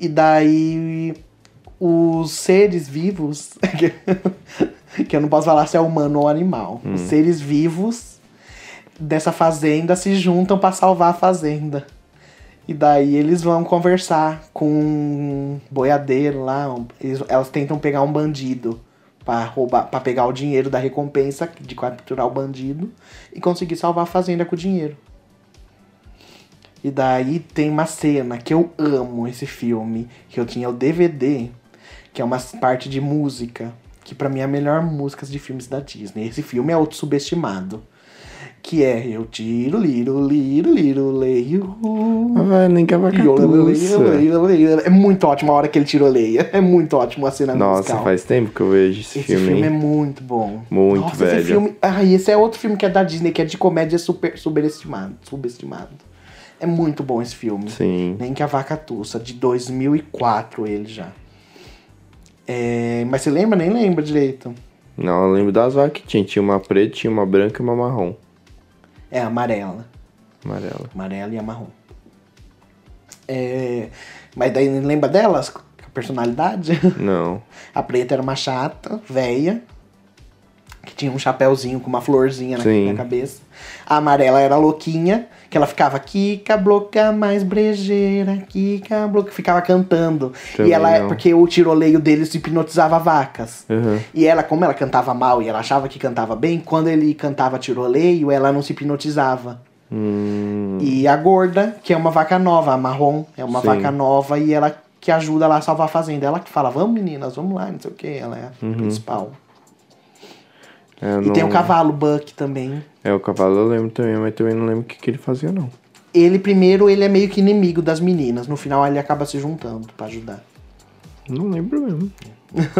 Speaker 2: E daí os seres vivos, (laughs) que eu não posso falar se é humano ou animal, os seres vivos dessa fazenda se juntam pra salvar a fazenda. E daí eles vão conversar com um boiadeiro lá, um- eles- elas tentam pegar um bandido pra roubar, para pegar o dinheiro da recompensa de capturar o bandido e conseguir salvar a fazenda com o dinheiro. E daí tem uma cena que eu amo esse filme, que eu tinha o DVD, que é uma parte de música, que pra mim é a melhor música de filmes da Disney. Esse filme é outro subestimado. Que é Eu tiro, liro, liro, liro, leio.
Speaker 1: Ah, nem que né?
Speaker 2: É muito ótimo a hora que ele tiroleia. É muito ótimo a cena
Speaker 1: Nossa,
Speaker 2: musical.
Speaker 1: faz tempo que eu vejo esse,
Speaker 2: Esse filme é
Speaker 1: hein?
Speaker 2: muito bom.
Speaker 1: Muito
Speaker 2: Nossa,
Speaker 1: velho.
Speaker 2: Esse filme... Ah, e esse é outro filme que é da Disney, que é de comédia super, superestimado. Subestimado. É muito bom esse filme.
Speaker 1: Sim.
Speaker 2: Nem que a vaca tussa, de 2004 ele já. É, Mas você lembra? Nem lembra direito.
Speaker 1: Não, eu lembro das vacas que tinha. Tinha uma preta, tinha uma branca e uma marrom.
Speaker 2: É amarela.
Speaker 1: Amarela.
Speaker 2: Amarela e a marrom. É, Mas daí lembra delas? A personalidade? (laughs)
Speaker 1: Não.
Speaker 2: A preta era uma chata, véia, que tinha um chapéuzinho com uma florzinha na,
Speaker 1: Sim.
Speaker 2: na cabeça. A amarela era a louquinha, que ela ficava quica, bloca, mais brejeira, quica, bloca, ficava cantando.
Speaker 1: Também
Speaker 2: e ela, é,
Speaker 1: não.
Speaker 2: porque o tiroleio deles hipnotizava vacas.
Speaker 1: Uhum.
Speaker 2: E ela, como ela cantava mal e ela achava que cantava bem, quando ele cantava tiroleio, ela não se hipnotizava.
Speaker 1: Hum,
Speaker 2: E a gorda, que é uma vaca nova, a marrom, é uma
Speaker 1: Sim.
Speaker 2: vaca nova e ela que ajuda lá a salvar a fazenda. Ela que fala, vamos meninas, vamos lá, não sei o que, ela é a principal.
Speaker 1: É, eu
Speaker 2: E tem um o
Speaker 1: Uhum. não-
Speaker 2: cavalo, Buck também.
Speaker 1: É, o cavalo eu lembro também, mas também não lembro o que, que ele fazia, não.
Speaker 2: Ele primeiro, ele é meio que inimigo das meninas. No final ele acaba se juntando pra ajudar.
Speaker 1: Não lembro
Speaker 2: (laughs)
Speaker 1: mesmo.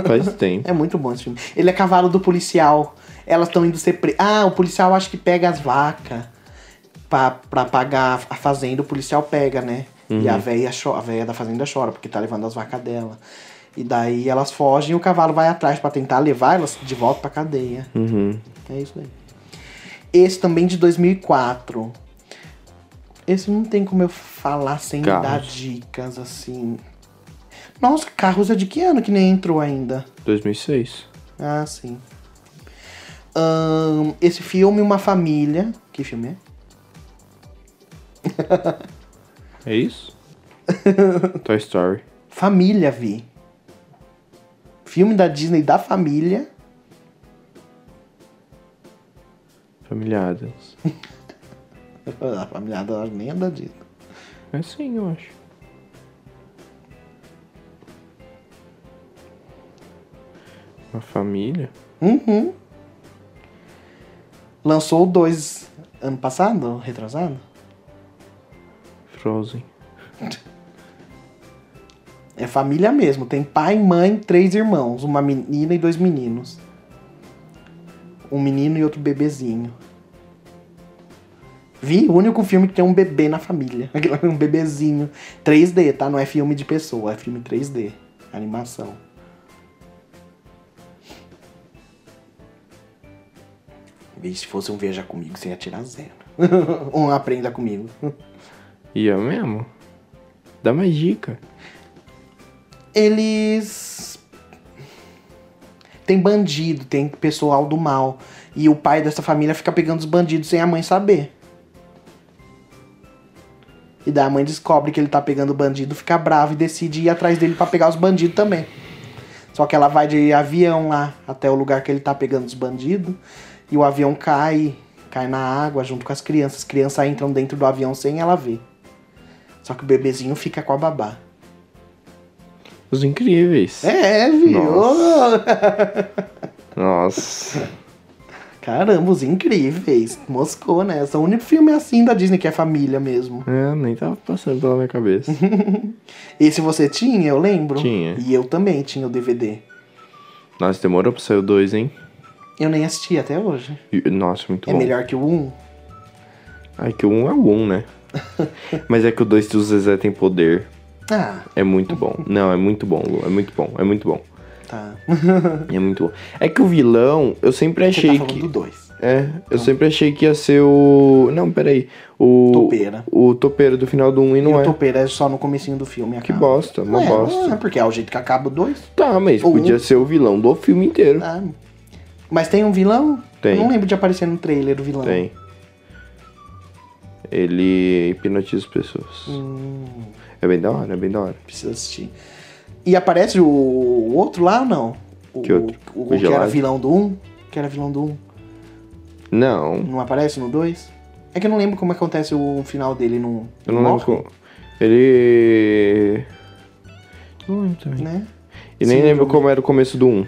Speaker 1: Faz tempo.
Speaker 2: É muito bom esse filme. Ele é cavalo do policial. Elas estão indo ser presas. Ah, o policial acho que pega as vacas pra, pra pagar a fazenda. O policial pega, né? E
Speaker 1: Uhum.
Speaker 2: a véia, cho- a véia da fazenda chora porque tá levando as vacas dela. E daí elas fogem e o cavalo vai atrás pra tentar levar elas de volta pra cadeia.
Speaker 1: Uhum.
Speaker 2: É isso aí. Esse também de 2004. Esse não tem como eu falar sem
Speaker 1: Carros.
Speaker 2: dar dicas assim. Nossa, Carros é de que ano que nem entrou ainda?
Speaker 1: 2006.
Speaker 2: Ah, sim. Ahn, esse filme, Uma Família. Que filme é?
Speaker 1: É
Speaker 2: (laughs)
Speaker 1: isso? Toy Story.
Speaker 2: Família, Vi. Filme da Disney da família. (laughs)
Speaker 1: Família Adams.
Speaker 2: A família da nem é da Disney.
Speaker 1: É sim, eu acho. Uma família?
Speaker 2: Uhum. Lançou o dois ano passado? Retrasado?
Speaker 1: Frozen.
Speaker 2: É família mesmo. Tem pai, mãe, três irmãos. Uma menina e dois meninos. Um menino e outro bebezinho. Vi o único filme que tem um bebê na família. (laughs) Um bebezinho. 3D, tá? Não é filme de pessoa, é filme 3D. Animação. Vê se fosse um Veja Comigo, você ia tirar zero. (laughs) um Aprenda Comigo.
Speaker 1: E eu mesmo? Dá mais dica.
Speaker 2: eles tem bandido, tem pessoal do mal e o pai dessa família fica pegando os bandidos sem a mãe saber. E daí a mãe descobre que ele tá pegando o bandido, fica brava e decide ir atrás dele pra pegar os bandidos também. Só que ela vai de avião lá até o lugar que ele tá pegando os bandidos e o avião cai, cai na água junto com as crianças. As crianças entram dentro do avião sem ela ver. Só que o bebezinho fica com a babá.
Speaker 1: Os incríveis.
Speaker 2: É, viu? (laughs)
Speaker 1: Nossa.
Speaker 2: Caramba, os incríveis. Moscou nessa. O único filme assim da Disney que é família mesmo.
Speaker 1: É, nem tava passando pela minha cabeça.
Speaker 2: Uhum. Esse você tinha, eu lembro?
Speaker 1: Tinha.
Speaker 2: E eu também tinha o DVD.
Speaker 1: Nossa, demorou pra sair o 2, hein?
Speaker 2: Eu nem assisti até hoje.
Speaker 1: E- Nossa, muito
Speaker 2: é
Speaker 1: bom.
Speaker 2: melhor que o 1?
Speaker 1: Ai, que o 1 é o 1,
Speaker 2: (laughs)
Speaker 1: né? Mas é que o 2 do Zezé tem poder.
Speaker 2: Ah,
Speaker 1: É muito bom. Não, é muito bom, Lu. É muito bom. É muito bom.
Speaker 2: tá.
Speaker 1: É muito bom. É que o vilão, eu sempre
Speaker 2: Você tá
Speaker 1: achei
Speaker 2: falando
Speaker 1: que.
Speaker 2: do 2.
Speaker 1: É, eu sempre achei que ia ser o. Não, peraí. O.
Speaker 2: Topeira. né?
Speaker 1: O topeiro do final do 1 e
Speaker 2: E
Speaker 1: não
Speaker 2: o
Speaker 1: é.
Speaker 2: topeira é só no comecinho do filme.
Speaker 1: Que
Speaker 2: acaba.
Speaker 1: bosta, uma
Speaker 2: não é,
Speaker 1: bosta.
Speaker 2: Não é, porque é o jeito que acaba o 2.
Speaker 1: Tá, mas
Speaker 2: O um.
Speaker 1: podia ser o vilão do filme inteiro.
Speaker 2: Ah, mas tem um vilão?
Speaker 1: Tem.
Speaker 2: Eu não lembro de aparecer no trailer o vilão.
Speaker 1: Tem. Ele hipnotiza as pessoas.
Speaker 2: Hum.
Speaker 1: É bem da hora, é bem da hora.
Speaker 2: Precisa assistir. E aparece o, o outro lá ou não? O,
Speaker 1: Que outro?
Speaker 2: O,
Speaker 1: O
Speaker 2: que era
Speaker 1: gelado?
Speaker 2: vilão do 1? Que era vilão do 1.
Speaker 1: Não,
Speaker 2: Não aparece no 2? É que eu não lembro como acontece o final dele no.
Speaker 1: eu não
Speaker 2: morre,
Speaker 1: lembro como. Ele. Não lembro também.
Speaker 2: Né?
Speaker 1: E nem
Speaker 2: Sim,
Speaker 1: lembro como era o começo do 1.
Speaker 2: O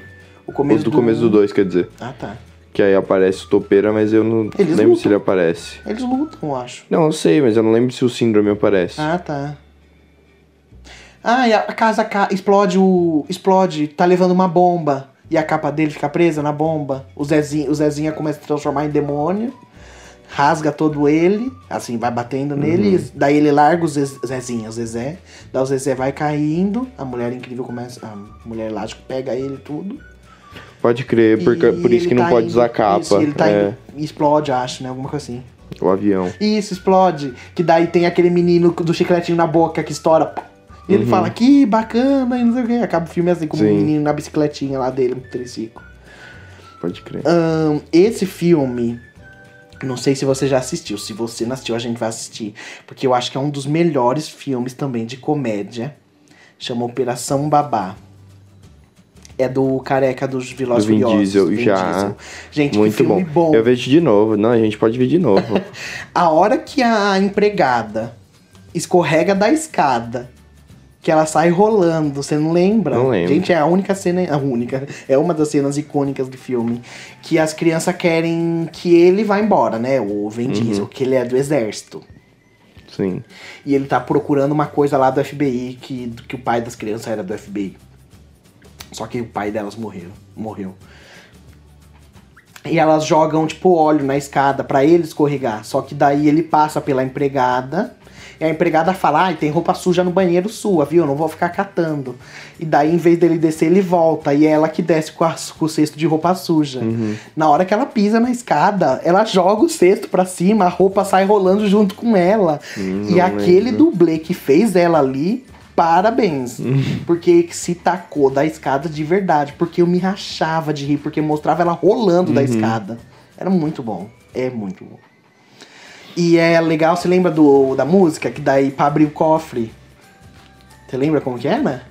Speaker 1: Ou
Speaker 2: começo um.
Speaker 1: do começo do 2, quer dizer.
Speaker 2: Ah, tá.
Speaker 1: Que aí aparece o Topeira, mas eu não
Speaker 2: Eles
Speaker 1: lembro se
Speaker 2: lutam.
Speaker 1: ele aparece.
Speaker 2: Eles lutam, eu acho.
Speaker 1: Não, eu sei, mas eu não lembro se o Síndrome aparece.
Speaker 2: Ah, tá. Ah, e a a casa ca- explode o. Explode, tá levando uma bomba. E a capa dele fica presa na bomba. O Zezinha, o Zezinha começa a se transformar em demônio. Rasga todo ele, assim, vai batendo
Speaker 1: Uhum.
Speaker 2: nele. e Daí ele larga o Zez- Zezinha, o Zezé. Daí o Zezé vai caindo. A mulher incrível começa. A mulher elástico pega ele e tudo.
Speaker 1: Pode crer, por, ca-
Speaker 2: E
Speaker 1: por isso
Speaker 2: ele
Speaker 1: que não
Speaker 2: tá
Speaker 1: pode
Speaker 2: indo-
Speaker 1: usar capa.
Speaker 2: Isso, ele tá
Speaker 1: é,
Speaker 2: indo, explode, acho, né? Alguma coisa assim.
Speaker 1: o avião.
Speaker 2: Isso, explode. Que daí tem aquele menino do chicletinho na boca que estoura. pá. E ele fala, que bacana, e não sei o que. Acaba o filme assim, com o
Speaker 1: Uhum. Sim.
Speaker 2: menino na bicicletinha lá dele, no triciclo.
Speaker 1: Pode crer.
Speaker 2: Ahn, esse filme, não sei se você já assistiu. Se você não assistiu, a gente vai assistir. Porque eu acho que é um dos melhores filmes também de comédia. Chama Operação Babá. É do careca dos Vilós
Speaker 1: Do Vin
Speaker 2: Furiosos.
Speaker 1: Diesel, já.
Speaker 2: Gente,
Speaker 1: Muito
Speaker 2: que filme
Speaker 1: bom.
Speaker 2: bom.
Speaker 1: Eu vejo de novo. Não, a gente pode ver de
Speaker 2: (laughs)
Speaker 1: novo.
Speaker 2: A hora que a empregada escorrega da escada, que ela sai rolando, você não lembra?
Speaker 1: Não lembro.
Speaker 2: Gente, é a única cena, a única, é uma das cenas icônicas do filme, que as crianças querem que ele vá embora, né? O Vin
Speaker 1: Uhum.
Speaker 2: Diesel, que ele é do exército.
Speaker 1: Sim.
Speaker 2: E ele tá procurando uma coisa lá do FBI, que, que o pai das crianças era do FBI. Só que o pai delas morreu. Morreu. E elas jogam, tipo, óleo na escada pra ele escorregar. Só que daí ele passa pela empregada. E a empregada fala, ai, tem roupa suja no banheiro sua, viu? Eu não vou ficar catando. E daí, em vez dele descer, ele volta. E é ela que desce com, a- com o cesto de roupa suja.
Speaker 1: Uhum.
Speaker 2: Na hora que ela pisa na escada, ela joga o cesto pra cima, a roupa sai rolando junto com ela.
Speaker 1: Hum,
Speaker 2: e
Speaker 1: não
Speaker 2: aquele
Speaker 1: lembro.
Speaker 2: dublê que fez ela ali, parabéns. Porque se tacou da escada de verdade. Porque eu me rachava de rir, porque mostrava ela rolando da escada. Era muito bom. É muito bom. E é legal, você lembra do, da música? Que daí pra abrir o cofre. Você lembra como que era?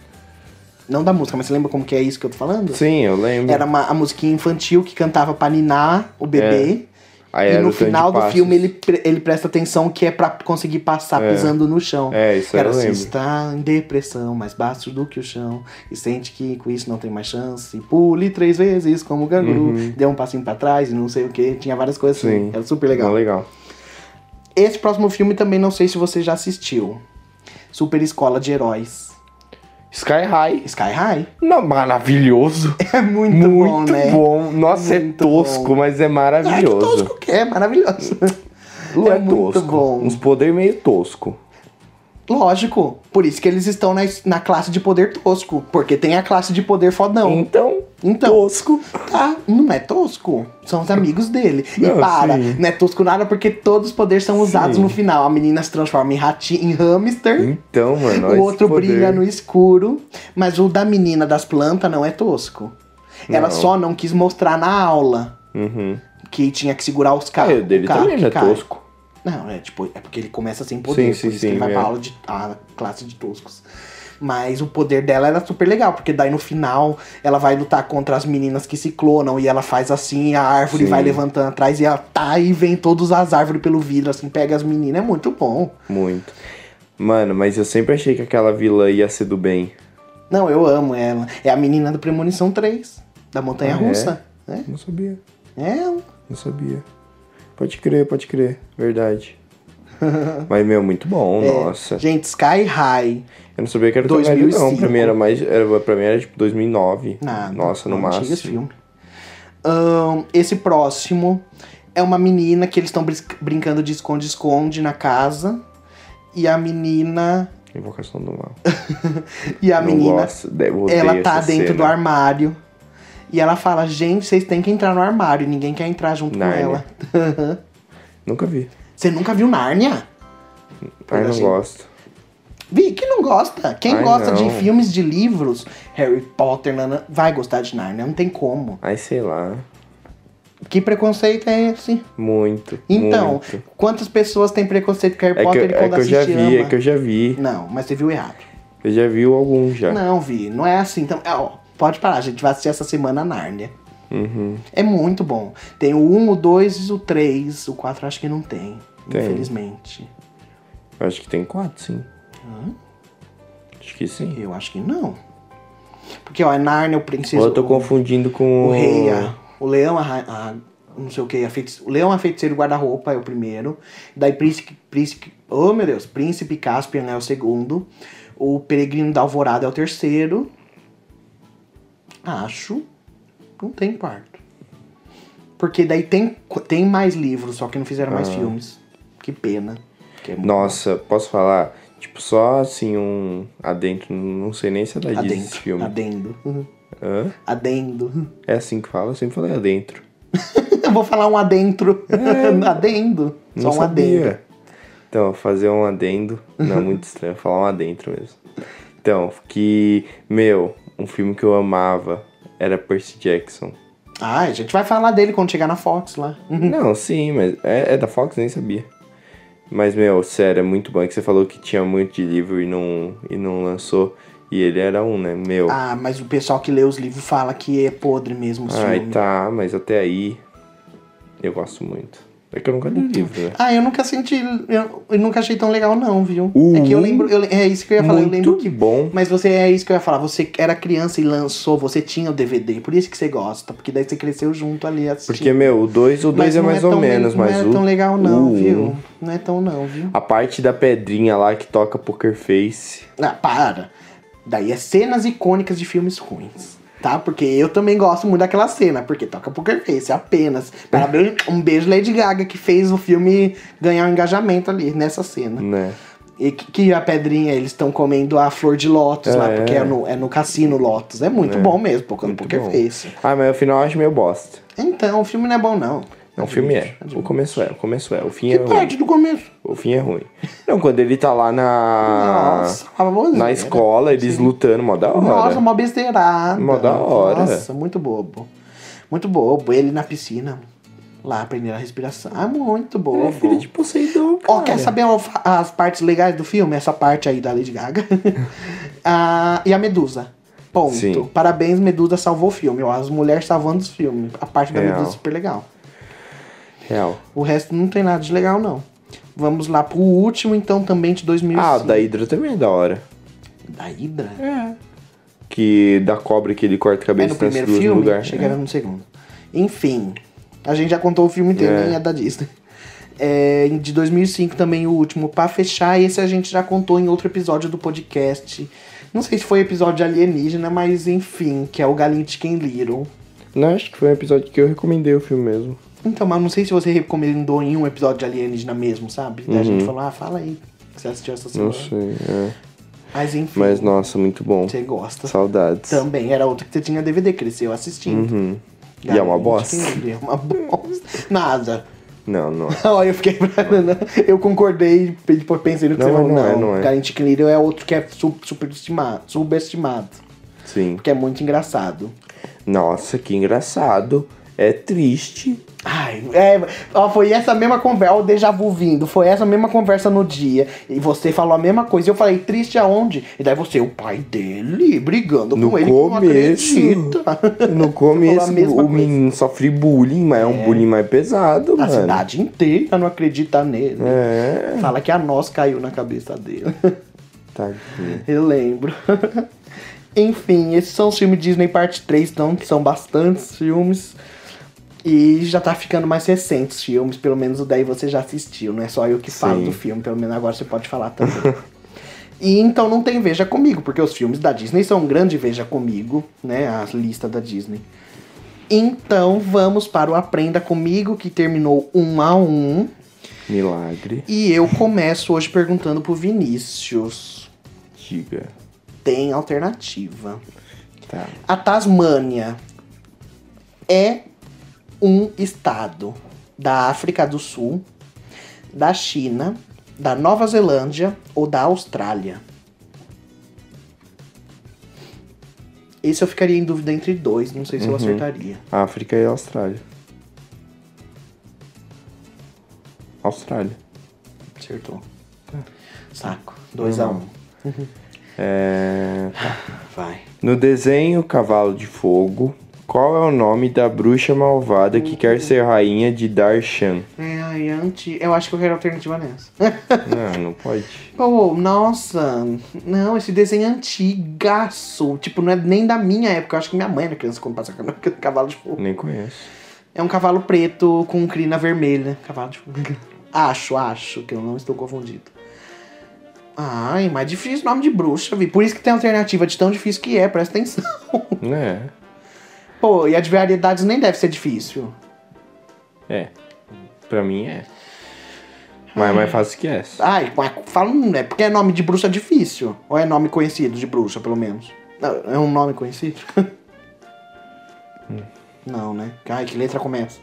Speaker 2: Não da música, mas você lembra como que é isso que eu tô falando?
Speaker 1: Sim, eu lembro.
Speaker 2: Era uma, a musiquinha infantil que cantava pra ninar o bebê.
Speaker 1: Aí
Speaker 2: e
Speaker 1: era
Speaker 2: no
Speaker 1: o tanto de
Speaker 2: final do
Speaker 1: passos.
Speaker 2: filme ele, pre- ele presta atenção que é pra conseguir passar
Speaker 1: É.
Speaker 2: pisando no chão.
Speaker 1: É, isso
Speaker 2: Era
Speaker 1: eu
Speaker 2: assim,
Speaker 1: lembro.
Speaker 2: está em depressão, mais baixo do que o chão. E sente que com isso não tem mais chance. Pule três vezes como canguru. Deu um passinho pra trás e não sei o que. Tinha várias coisas assim.
Speaker 1: Uhum. Sim.
Speaker 2: Era super legal.
Speaker 1: Não, legal.
Speaker 2: Esse próximo filme também não sei se você já assistiu. Super Escola de Heróis.
Speaker 1: Sky High.
Speaker 2: Sky High. (laughs)
Speaker 1: Não, maravilhoso.
Speaker 2: É muito,
Speaker 1: Muito,
Speaker 2: bom,
Speaker 1: bom,
Speaker 2: né?
Speaker 1: Nossa,
Speaker 2: Muito
Speaker 1: é tosco,
Speaker 2: bom.
Speaker 1: mas é
Speaker 2: Ai, que
Speaker 1: maravilhoso.
Speaker 2: tosco que é, maravilhoso.
Speaker 1: Lu
Speaker 2: é
Speaker 1: é,
Speaker 2: muito
Speaker 1: tosco.
Speaker 2: bom.
Speaker 1: Uns poder meio tosco.
Speaker 2: Lógico, por isso que eles estão na, na classe de poder tosco. Porque tem a classe de poder fodão.
Speaker 1: Então,
Speaker 2: Então.
Speaker 1: tosco.
Speaker 2: Tá, não é tosco. São os amigos dele. e
Speaker 1: Não,
Speaker 2: para,
Speaker 1: sim.
Speaker 2: não é tosco nada porque todos os poderes são usados
Speaker 1: Sim.
Speaker 2: no final. A menina se transforma em ratinho, em hamster.
Speaker 1: Então, mano.
Speaker 2: o
Speaker 1: esse
Speaker 2: outro
Speaker 1: poder.
Speaker 2: brilha no escuro, mas o da menina das plantas não é tosco. Ela
Speaker 1: Não.
Speaker 2: só não quis mostrar na aula
Speaker 1: Uhum.
Speaker 2: que tinha que segurar os
Speaker 1: Ah,
Speaker 2: carros.
Speaker 1: o dele também não é tosco.
Speaker 2: Não, é tipo, é porque ele começa sem poder,
Speaker 1: Sim,
Speaker 2: por
Speaker 1: sim,
Speaker 2: isso que ele
Speaker 1: sim,
Speaker 2: vai pra
Speaker 1: é.
Speaker 2: aula de a classe de toscos. Mas o poder dela era super legal, porque daí no final ela vai lutar contra as meninas que se clonam e ela faz assim, a árvore
Speaker 1: Sim.
Speaker 2: vai levantando atrás e ela tá e vem todas as árvores pelo vidro, assim, pega as meninas, é muito bom.
Speaker 1: Muito. Mano, mas eu sempre achei que aquela vila ia ser do bem.
Speaker 2: Não, eu amo ela. É a menina do Premonição 3, da Montanha
Speaker 1: Ah, é?
Speaker 2: Russa. É?
Speaker 1: Não sabia.
Speaker 2: É ela.
Speaker 1: Não sabia. Pode crer, pode crer.
Speaker 2: (laughs)
Speaker 1: Verdade. Mas, meu, muito
Speaker 2: É.
Speaker 1: bom, nossa.
Speaker 2: Gente, Sky High.
Speaker 1: Eu não sabia que era tão velho, não.
Speaker 2: 2005.
Speaker 1: Pra mim era mais. Era, pra mim era tipo 2009.
Speaker 2: Nada.
Speaker 1: Nossa, no
Speaker 2: Não tinha esse
Speaker 1: máximo.
Speaker 2: filme. Ahn, esse próximo é uma menina que eles estão brincando de esconde-esconde na casa. E a menina.
Speaker 1: Invocação do mal.
Speaker 2: E a
Speaker 1: não
Speaker 2: menina.
Speaker 1: gosto, de- eu odeio
Speaker 2: Ela tá
Speaker 1: essa
Speaker 2: dentro
Speaker 1: cena.
Speaker 2: do armário. E ela fala, gente, vocês têm que entrar no armário. E ninguém quer entrar junto
Speaker 1: Nárnia.
Speaker 2: com ela.
Speaker 1: Nunca vi.
Speaker 2: Você nunca viu Nárnia?
Speaker 1: Ai, não
Speaker 2: Assim.
Speaker 1: gosto.
Speaker 2: Vi, que não gosta. Quem
Speaker 1: Ai,
Speaker 2: gosta de
Speaker 1: não.
Speaker 2: filmes, de livros, Harry Potter, nana, vai gostar de Nárnia. Não tem como.
Speaker 1: Ai, sei lá.
Speaker 2: Que preconceito é esse?
Speaker 1: Muito.
Speaker 2: Então,
Speaker 1: muito.
Speaker 2: quantas pessoas têm preconceito com
Speaker 1: É
Speaker 2: Harry
Speaker 1: que,
Speaker 2: Potter
Speaker 1: eu-
Speaker 2: e quando
Speaker 1: é que eu
Speaker 2: assiste
Speaker 1: já vi,
Speaker 2: ama?
Speaker 1: é que eu já vi.
Speaker 2: Não, mas você viu errado.
Speaker 1: Eu já vi algum já.
Speaker 2: Não, Vi, não é assim. Então, é, ó, pode parar, a gente vai assistir essa semana a Nárnia.
Speaker 1: Uhum.
Speaker 2: É muito bom. Tem o 1, o 2, o 3, o 4 acho que não tem,
Speaker 1: Tem.
Speaker 2: infelizmente.
Speaker 1: Eu acho que tem quatro, sim. Acho que sim.
Speaker 2: Eu acho que não. Porque, ó, é Nárnia, o
Speaker 1: Ou
Speaker 2: princesa,
Speaker 1: eu tô
Speaker 2: o,
Speaker 1: confundindo com
Speaker 2: o rei, a- o leão, a, ra- a não sei o que, a feitice... Leão, a Feiticeira e o Guarda-Roupa é o primeiro. Daí Príncipe, Príncipe, oh meu Deus, Príncipe Caspian é o segundo. O Peregrino da Alvorada é o terceiro. Acho. Não tem quarto. Porque daí tem, tem mais livros, só que não fizeram mais
Speaker 1: Ah.
Speaker 2: filmes. Que pena. que é muito
Speaker 1: Nossa, posso falar? Tipo, só assim um adentro, não sei nem se ela diz
Speaker 2: Adendo.
Speaker 1: esse filme.
Speaker 2: Adendo. Uhum.
Speaker 1: Hã?
Speaker 2: Adendo. (laughs)
Speaker 1: É assim que fala? Eu sempre falei adentro.
Speaker 2: Eu vou falar um adentro. (laughs) adendo. Só
Speaker 1: É. não
Speaker 2: um
Speaker 1: sabia.
Speaker 2: adendo.
Speaker 1: Então, fazer um adendo. Não, é
Speaker 2: (laughs)
Speaker 1: muito estranho falar um adentro mesmo. Então, que, meu, um filme que eu amava era Percy
Speaker 2: (laughs)
Speaker 1: Jackson.
Speaker 2: Ah, a gente vai falar dele quando chegar na Fox lá.
Speaker 1: Não, sim, mas é, é da Fox, nem sabia. Mas, meu, sério, é muito bom. É que você falou que tinha muito de livro e não, e não lançou. E ele era um, né? Meu.
Speaker 2: Ah, mas o pessoal que lê os livros fala que é podre mesmo os
Speaker 1: Ai,
Speaker 2: filmes.
Speaker 1: tá, mas até aí. Eu gosto muito. É que eu nunca li o livro, né?
Speaker 2: Ah, eu nunca senti. Eu, eu nunca achei tão legal, não, viu?
Speaker 1: O
Speaker 2: é que eu
Speaker 1: um-
Speaker 2: lembro. eu le- é isso que eu ia falar, eu lembro
Speaker 1: Muito
Speaker 2: que.
Speaker 1: bom.
Speaker 2: Mas você é isso que eu ia falar. Você era criança e lançou, você tinha o DVD, por isso que você gosta. Porque daí você cresceu junto ali assistindo.
Speaker 1: Porque, meu, o 2 o
Speaker 2: Mas
Speaker 1: dois é
Speaker 2: não
Speaker 1: mais
Speaker 2: tão
Speaker 1: ou
Speaker 2: le-
Speaker 1: menos, mas
Speaker 2: Não
Speaker 1: o.
Speaker 2: é tão legal, não,
Speaker 1: o um-
Speaker 2: viu? Não é tão, não, viu?
Speaker 1: A parte da pedrinha lá que toca Poker Face.
Speaker 2: Ah, para. Daí é cenas icônicas de filmes ruins. Tá? Porque eu também gosto muito daquela cena, porque toca Poker Face, apenas.
Speaker 1: (laughs)
Speaker 2: Parabéns, um beijo Lady Gaga, que fez o filme ganhar um engajamento ali nessa cena.
Speaker 1: Né?
Speaker 2: E que, que a pedrinha, eles estão comendo a flor de Lotus lá,
Speaker 1: É.
Speaker 2: porque é no, é no cassino Lotus. É muito bom mesmo, tocando
Speaker 1: Muito
Speaker 2: Poker
Speaker 1: bom.
Speaker 2: Face.
Speaker 1: Ah, mas o final eu acho meio bosta.
Speaker 2: Então, o filme não é bom, não.
Speaker 1: Não, o filme é. O começo é, o começo é. O fim
Speaker 2: Que
Speaker 1: é ruim.
Speaker 2: parte do começo?
Speaker 1: O fim é ruim. Não, quando ele tá lá na.
Speaker 2: Nossa, baboseira.
Speaker 1: Ah. na escola, eles lutando, mó da hora.
Speaker 2: Nossa, mó besteirada.
Speaker 1: Mó da hora.
Speaker 2: Nossa, muito bobo. Muito bobo. Ele na piscina, lá aprendendo a respiração. Ah, muito
Speaker 1: Ele
Speaker 2: bobo.
Speaker 1: é filho de Poseidon, cara.
Speaker 2: Ó, quer saber o- as partes legais do filme? Essa parte aí da
Speaker 1: (laughs)
Speaker 2: Lady Gaga. Ah, e a Medusa. Ponto.
Speaker 1: Sim.
Speaker 2: Parabéns, Medusa salvou o filme. Ó, as mulheres salvando os filmes. A parte da
Speaker 1: Real.
Speaker 2: Medusa é super legal.
Speaker 1: Real.
Speaker 2: O resto não tem nada de legal, não. Vamos lá pro último, então, também de 2005.
Speaker 1: Ah, o da Hydra também é da hora.
Speaker 2: Da Hydra?
Speaker 1: Que da cobra que ele corta a
Speaker 2: É
Speaker 1: cabeça
Speaker 2: no primeiro
Speaker 1: duas
Speaker 2: filme?
Speaker 1: lugar.
Speaker 2: Chegaram no segundo. Enfim, a gente já contou o filme inteiro,
Speaker 1: É.
Speaker 2: nem é da Disney. É, de 2005 também o último, pra fechar, esse a gente já contou em outro episódio do podcast. Não sei se foi episódio de alienígena, mas enfim, que é o Galinho Chicken Little.
Speaker 1: Não, acho que foi um episódio que eu recomendei o filme mesmo.
Speaker 2: Então, mas não sei se você recomendou em um episódio de alienígena mesmo, sabe? Daí A gente falou, ah, fala aí, que você assistiu essa
Speaker 1: Uhum. Não
Speaker 2: semana.
Speaker 1: sei, é.
Speaker 2: Mas enfim,
Speaker 1: Mas nossa, muito bom.
Speaker 2: você gosta.
Speaker 1: Saudades.
Speaker 2: Também, era outro que você tinha DVD, cresceu assistindo.
Speaker 1: E é uma
Speaker 2: Galinho
Speaker 1: bosta.
Speaker 2: Chicken Little, É uma (laughs) bosta. Nada. (laughs)
Speaker 1: Não, não.
Speaker 2: Ó, eu fiquei. eu concordei, e depois pensei no que
Speaker 1: Não,
Speaker 2: você
Speaker 1: mas
Speaker 2: falou.
Speaker 1: não é,
Speaker 2: Não,
Speaker 1: não é.
Speaker 2: Galinho Chicken Little é outro que é su- superestimado, subestimado.
Speaker 1: Sim.
Speaker 2: Porque é muito engraçado.
Speaker 1: Nossa, que engraçado. É triste.
Speaker 2: Ai, é, ó, foi essa mesma conversa, ó, o déjà vu vindo, foi essa mesma conversa no dia, e você falou a mesma coisa, e eu falei, triste aonde? E daí você, o pai dele, brigando
Speaker 1: No
Speaker 2: com ele,
Speaker 1: começo.
Speaker 2: que não acredita. (laughs)
Speaker 1: No
Speaker 2: Falou
Speaker 1: começo,
Speaker 2: a mesma
Speaker 1: o
Speaker 2: coisa. Tá
Speaker 1: menino sofre bullying, mas é, um bullying mais pesado,
Speaker 2: A
Speaker 1: mano.
Speaker 2: cidade inteira não acredita nele.
Speaker 1: É.
Speaker 2: Fala que a nós caiu na cabeça dele. (laughs)
Speaker 1: Tá Tadinho.
Speaker 2: Eu lembro. (laughs) Enfim, esses são os filmes Disney Parte 3, então são bastantes filmes. E já tá ficando mais recentes os filmes, pelo menos o daí você já assistiu, não é só eu que falo
Speaker 1: Sim.
Speaker 2: do filme, pelo menos agora você pode falar também. (laughs) e então não tem Veja Comigo, porque os filmes da Disney são um grande Veja Comigo, né? A lista da Disney. Então vamos para o Aprenda Comigo, que terminou um a um.
Speaker 1: Milagre.
Speaker 2: E eu começo hoje perguntando pro Vinícius
Speaker 1: Diga.
Speaker 2: tem alternativa.
Speaker 1: Tá.
Speaker 2: A Tasmânia é um estado da África do Sul, da China, da Nova Zelândia ou da Austrália. Esse eu ficaria em dúvida entre dois, não sei se eu acertaria.
Speaker 1: África e Austrália. Austrália.
Speaker 2: Acertou. Saco. 2 a 1 um.
Speaker 1: É...
Speaker 2: Vai.
Speaker 1: No desenho Cavalo de Fogo, qual é o nome da bruxa malvada que quer ser rainha de Darshan?
Speaker 2: É, ai, anti... Eu acho que eu quero alternativa nessa. (laughs)
Speaker 1: Não, não pode.
Speaker 2: Pô, nossa, não, esse desenho é (laughs) antigaço. Tipo, não é nem da minha época. Eu acho que minha mãe era criança quando passava cavalo de fogo.
Speaker 1: Nem conheço.
Speaker 2: É um cavalo preto com crina vermelha. Cavalo de... (laughs) acho, acho, que eu não estou confundido. Ai, mas difícil o nome de bruxa, vi. Por isso que tem alternativa de tão difícil que é, presta atenção. (laughs)
Speaker 1: É.
Speaker 2: Pô, e a de variedades nem deve ser difícil.
Speaker 1: É. Pra mim é. Mas é mais fácil que essa.
Speaker 2: Ai, mas fala, um, é porque é nome de bruxa difícil. Ou é nome conhecido de bruxa, pelo menos? Não, É um nome conhecido? (laughs) Não, né? Ai, que letra começa?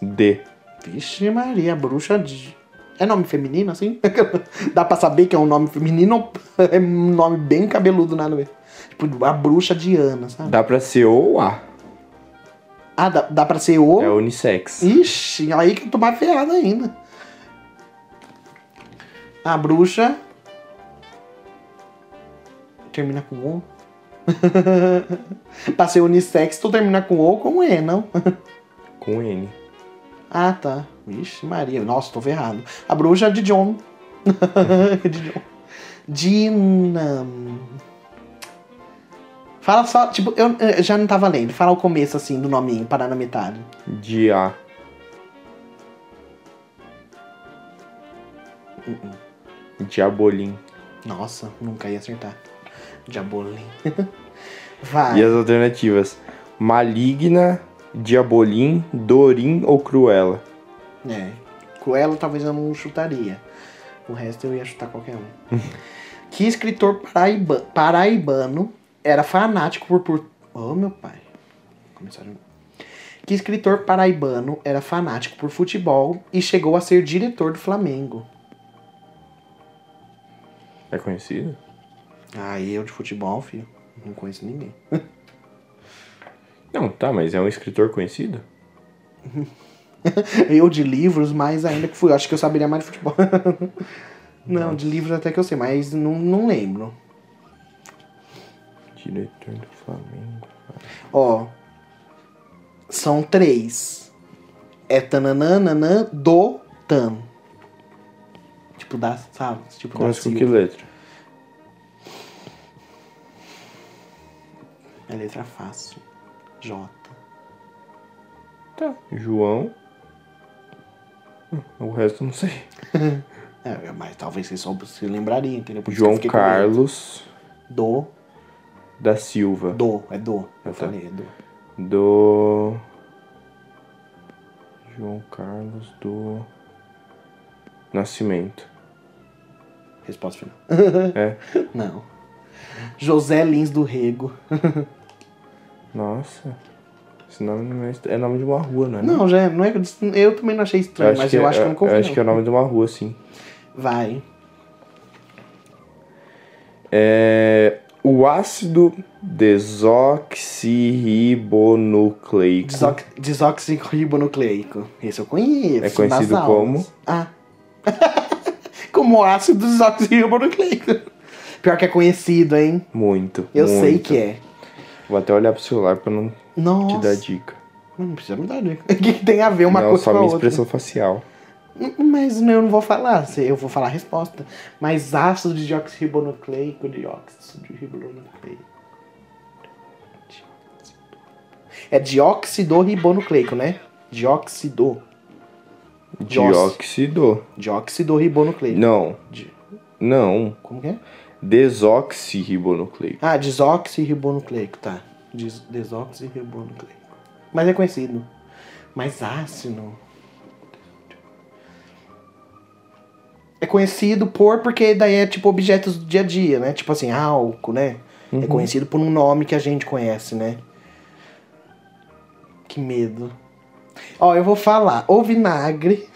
Speaker 1: D.
Speaker 2: Vixe Maria, bruxa de... É nome feminino, assim? (laughs) Dá pra saber que é um nome feminino (laughs) ou é um nome bem cabeludo, nada a ver? Tipo, a bruxa de Ana, sabe?
Speaker 1: Dá pra ser ou A.
Speaker 2: Ah, dá, dá pra ser o...
Speaker 1: É unissex.
Speaker 2: Ixi, aí que eu tô mais ferrado ainda. A bruxa. Termina com O. (laughs) pra ser unissex, tu termina com O com E, não?
Speaker 1: Com N.
Speaker 2: ah, tá. Vixe, Maria. Nossa, tô ferrado. A bruxa de John. (laughs) de John. Dinam. Fala só, tipo, eu, eu já não tava lendo. Fala o começo assim do nominho, parar na metade.
Speaker 1: De A. Diabolim.
Speaker 2: Nossa, nunca ia acertar. Diabolim. (laughs) Vai.
Speaker 1: E as alternativas? Maligna, Diabolim, Dorim ou Cruella?
Speaker 2: É. Cruella talvez eu não chutaria. O resto eu ia chutar qualquer um. que escritor paraiba- paraibano era fanático por... por... Oh, meu pai. Começar de novo. Que escritor paraibano era fanático por futebol e chegou a ser diretor do Flamengo.
Speaker 1: É conhecido?
Speaker 2: Ah, eu de futebol, filho. Não conheço ninguém.
Speaker 1: Não, tá, mas é um escritor conhecido?
Speaker 2: Eu de livros, mais ainda que fui. Acho que eu saberia mais de futebol. (laughs) não, de livros até que eu sei, mas não, não lembro.
Speaker 1: Diretor do Flamengo.
Speaker 2: Ó. São três. É tananana do tan. Tipo, dá, sabe? Tipo, dá
Speaker 1: Começa com que letra?
Speaker 2: É letra fácil. J.
Speaker 1: Tá. João. Hum, O resto eu não sei.
Speaker 2: É, mas talvez vocês só se lembrariam, entendeu? Por isso
Speaker 1: João
Speaker 2: que eu fiquei com medo.
Speaker 1: Carlos
Speaker 2: Do,
Speaker 1: da Silva.
Speaker 2: do, é do. Eu
Speaker 1: Ah, tá.
Speaker 2: falei, é do.
Speaker 1: Do. João Carlos do. Nascimento.
Speaker 2: Resposta final.
Speaker 1: É.
Speaker 2: (laughs) Não. José Lins do Rego.
Speaker 1: Nossa. Esse nome não é. est- É nome de uma rua, né?
Speaker 2: Não, já não é que eu disse- eu também não achei estranho, mas eu acho que eu não confio.
Speaker 1: acho que é o nome de uma rua, sim.
Speaker 2: Vai.
Speaker 1: É. O ácido desoxirribonucleico.
Speaker 2: Desox- Desoxirribonucleico. Esse eu conheço.
Speaker 1: É conhecido
Speaker 2: nas aulas.
Speaker 1: como?
Speaker 2: Ah. (laughs) como ácido desoxirribonucleico. Pior que é conhecido, hein?
Speaker 1: Muito.
Speaker 2: Eu
Speaker 1: muito.
Speaker 2: sei que é.
Speaker 1: Vou até olhar pro celular pra não te
Speaker 2: Nossa.
Speaker 1: dar dica.
Speaker 2: Não precisa me dar dica. O (laughs) que, que tem a ver uma
Speaker 1: não,
Speaker 2: coisa
Speaker 1: só
Speaker 2: com a
Speaker 1: minha
Speaker 2: outra?
Speaker 1: expressão facial.
Speaker 2: Mas eu não vou falar, se- eu vou falar a resposta. Mas ácido de dióxido ribonucleico, dióxido de ribonucleico. É dióxido ribonucleico, né? Dióxido.
Speaker 1: Dióxido.
Speaker 2: Dióxido ribonucleico.
Speaker 1: Não.
Speaker 2: Di-
Speaker 1: Não.
Speaker 2: Como que é?
Speaker 1: Desoxirribonucleico.
Speaker 2: Ah, desoxirribonucleico, tá. Des desoxirribonucleico. Mas é conhecido. Mas ácido. É conhecido por, porque daí é tipo objetos do dia a dia, né? Tipo assim, álcool, né? É conhecido por um nome que a gente conhece, né? Que medo. Ó, eu vou falar. Ou vinagre.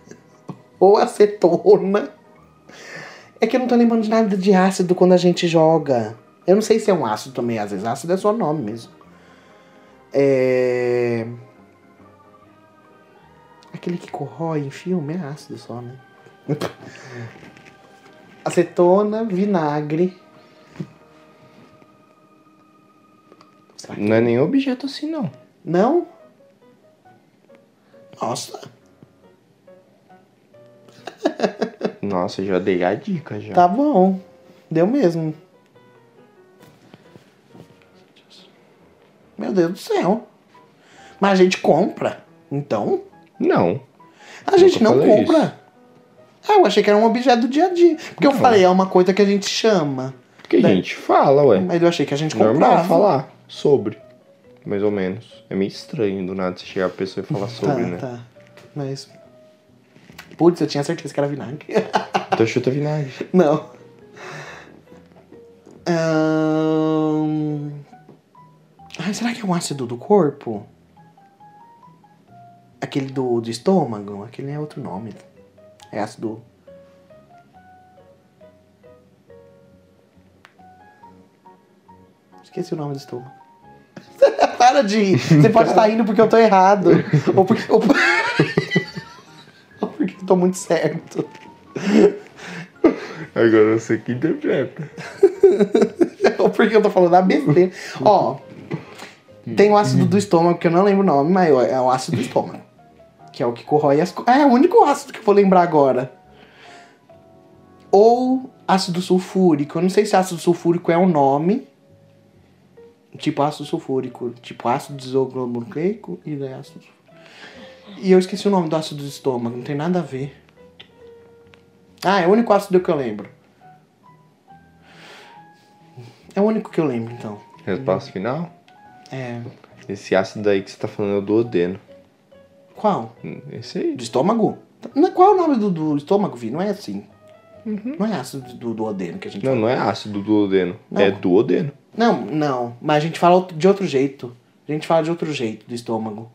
Speaker 2: (laughs) ou acetona. É que eu não tô lembrando de nada de ácido quando a gente joga. Eu não sei se é um ácido também, às vezes ácido é só nome mesmo. É. Aquele que corrói em filme é ácido só, né? (laughs) Acetona, vinagre. Será que-
Speaker 1: Não é nem objeto assim, não.
Speaker 2: Não? Nossa,
Speaker 1: Nossa, já dei a dica já.
Speaker 2: tá bom. Deu mesmo. Meu meu Deus do céu. Mas a gente compra. Então,
Speaker 1: Não.
Speaker 2: a gente não
Speaker 1: falei
Speaker 2: compra. Ah, eu achei que era um objeto do dia a dia. Porque eu
Speaker 1: Não.
Speaker 2: falei, é uma coisa que a gente chama.
Speaker 1: Porque a
Speaker 2: Daí-
Speaker 1: gente fala, ué.
Speaker 2: Mas eu achei que a gente comprava.
Speaker 1: Normal falar sobre. Mais ou menos. É meio estranho do nada você chegar pra pessoa e falar sobre,
Speaker 2: tá,
Speaker 1: né?
Speaker 2: tá. Mas. Putz, eu tinha certeza que era vinagre.
Speaker 1: Então chuta vinagre.
Speaker 2: (laughs) Não. Ahn. Ai, será que é um ácido do corpo? Aquele do, do estômago? Aquele é outro nome. É ácido. Esqueci o nome do estômago. (laughs) Para de rir. Você pode estar indo porque eu tô errado. Ou porque. Ou, por- (laughs) ou porque eu tô muito certo.
Speaker 1: Agora você que interpreta.
Speaker 2: (laughs) Ou porque eu tô falando da besteira. Ó, tem o ácido do estômago, que eu não lembro o nome, mas é o ácido do estômago. Que é o que corrói as co- É o único ácido que eu vou lembrar agora. Ou ácido sulfúrico. Eu não sei se ácido sulfúrico é o nome. Tipo ácido sulfúrico. Tipo ácido desogronucleico e daí é ácido sulfúrico. E eu esqueci o nome do ácido do estômago, não tem nada a ver. Ah, é o único ácido que eu lembro. É o único que eu lembro, então.
Speaker 1: Resposta final?
Speaker 2: É.
Speaker 1: Esse ácido aí que você tá falando é o duodeno.
Speaker 2: Qual?
Speaker 1: Esse aí.
Speaker 2: Do estômago? Não, qual é o nome do, do estômago, Vi? Não é assim. Não é ácido do, do odeno que a gente
Speaker 1: Não,
Speaker 2: fala.
Speaker 1: não é ácido duodeno.
Speaker 2: Não.
Speaker 1: É duodeno.
Speaker 2: Não, não. Mas a gente fala outro- de outro jeito. A gente fala de outro jeito do estômago.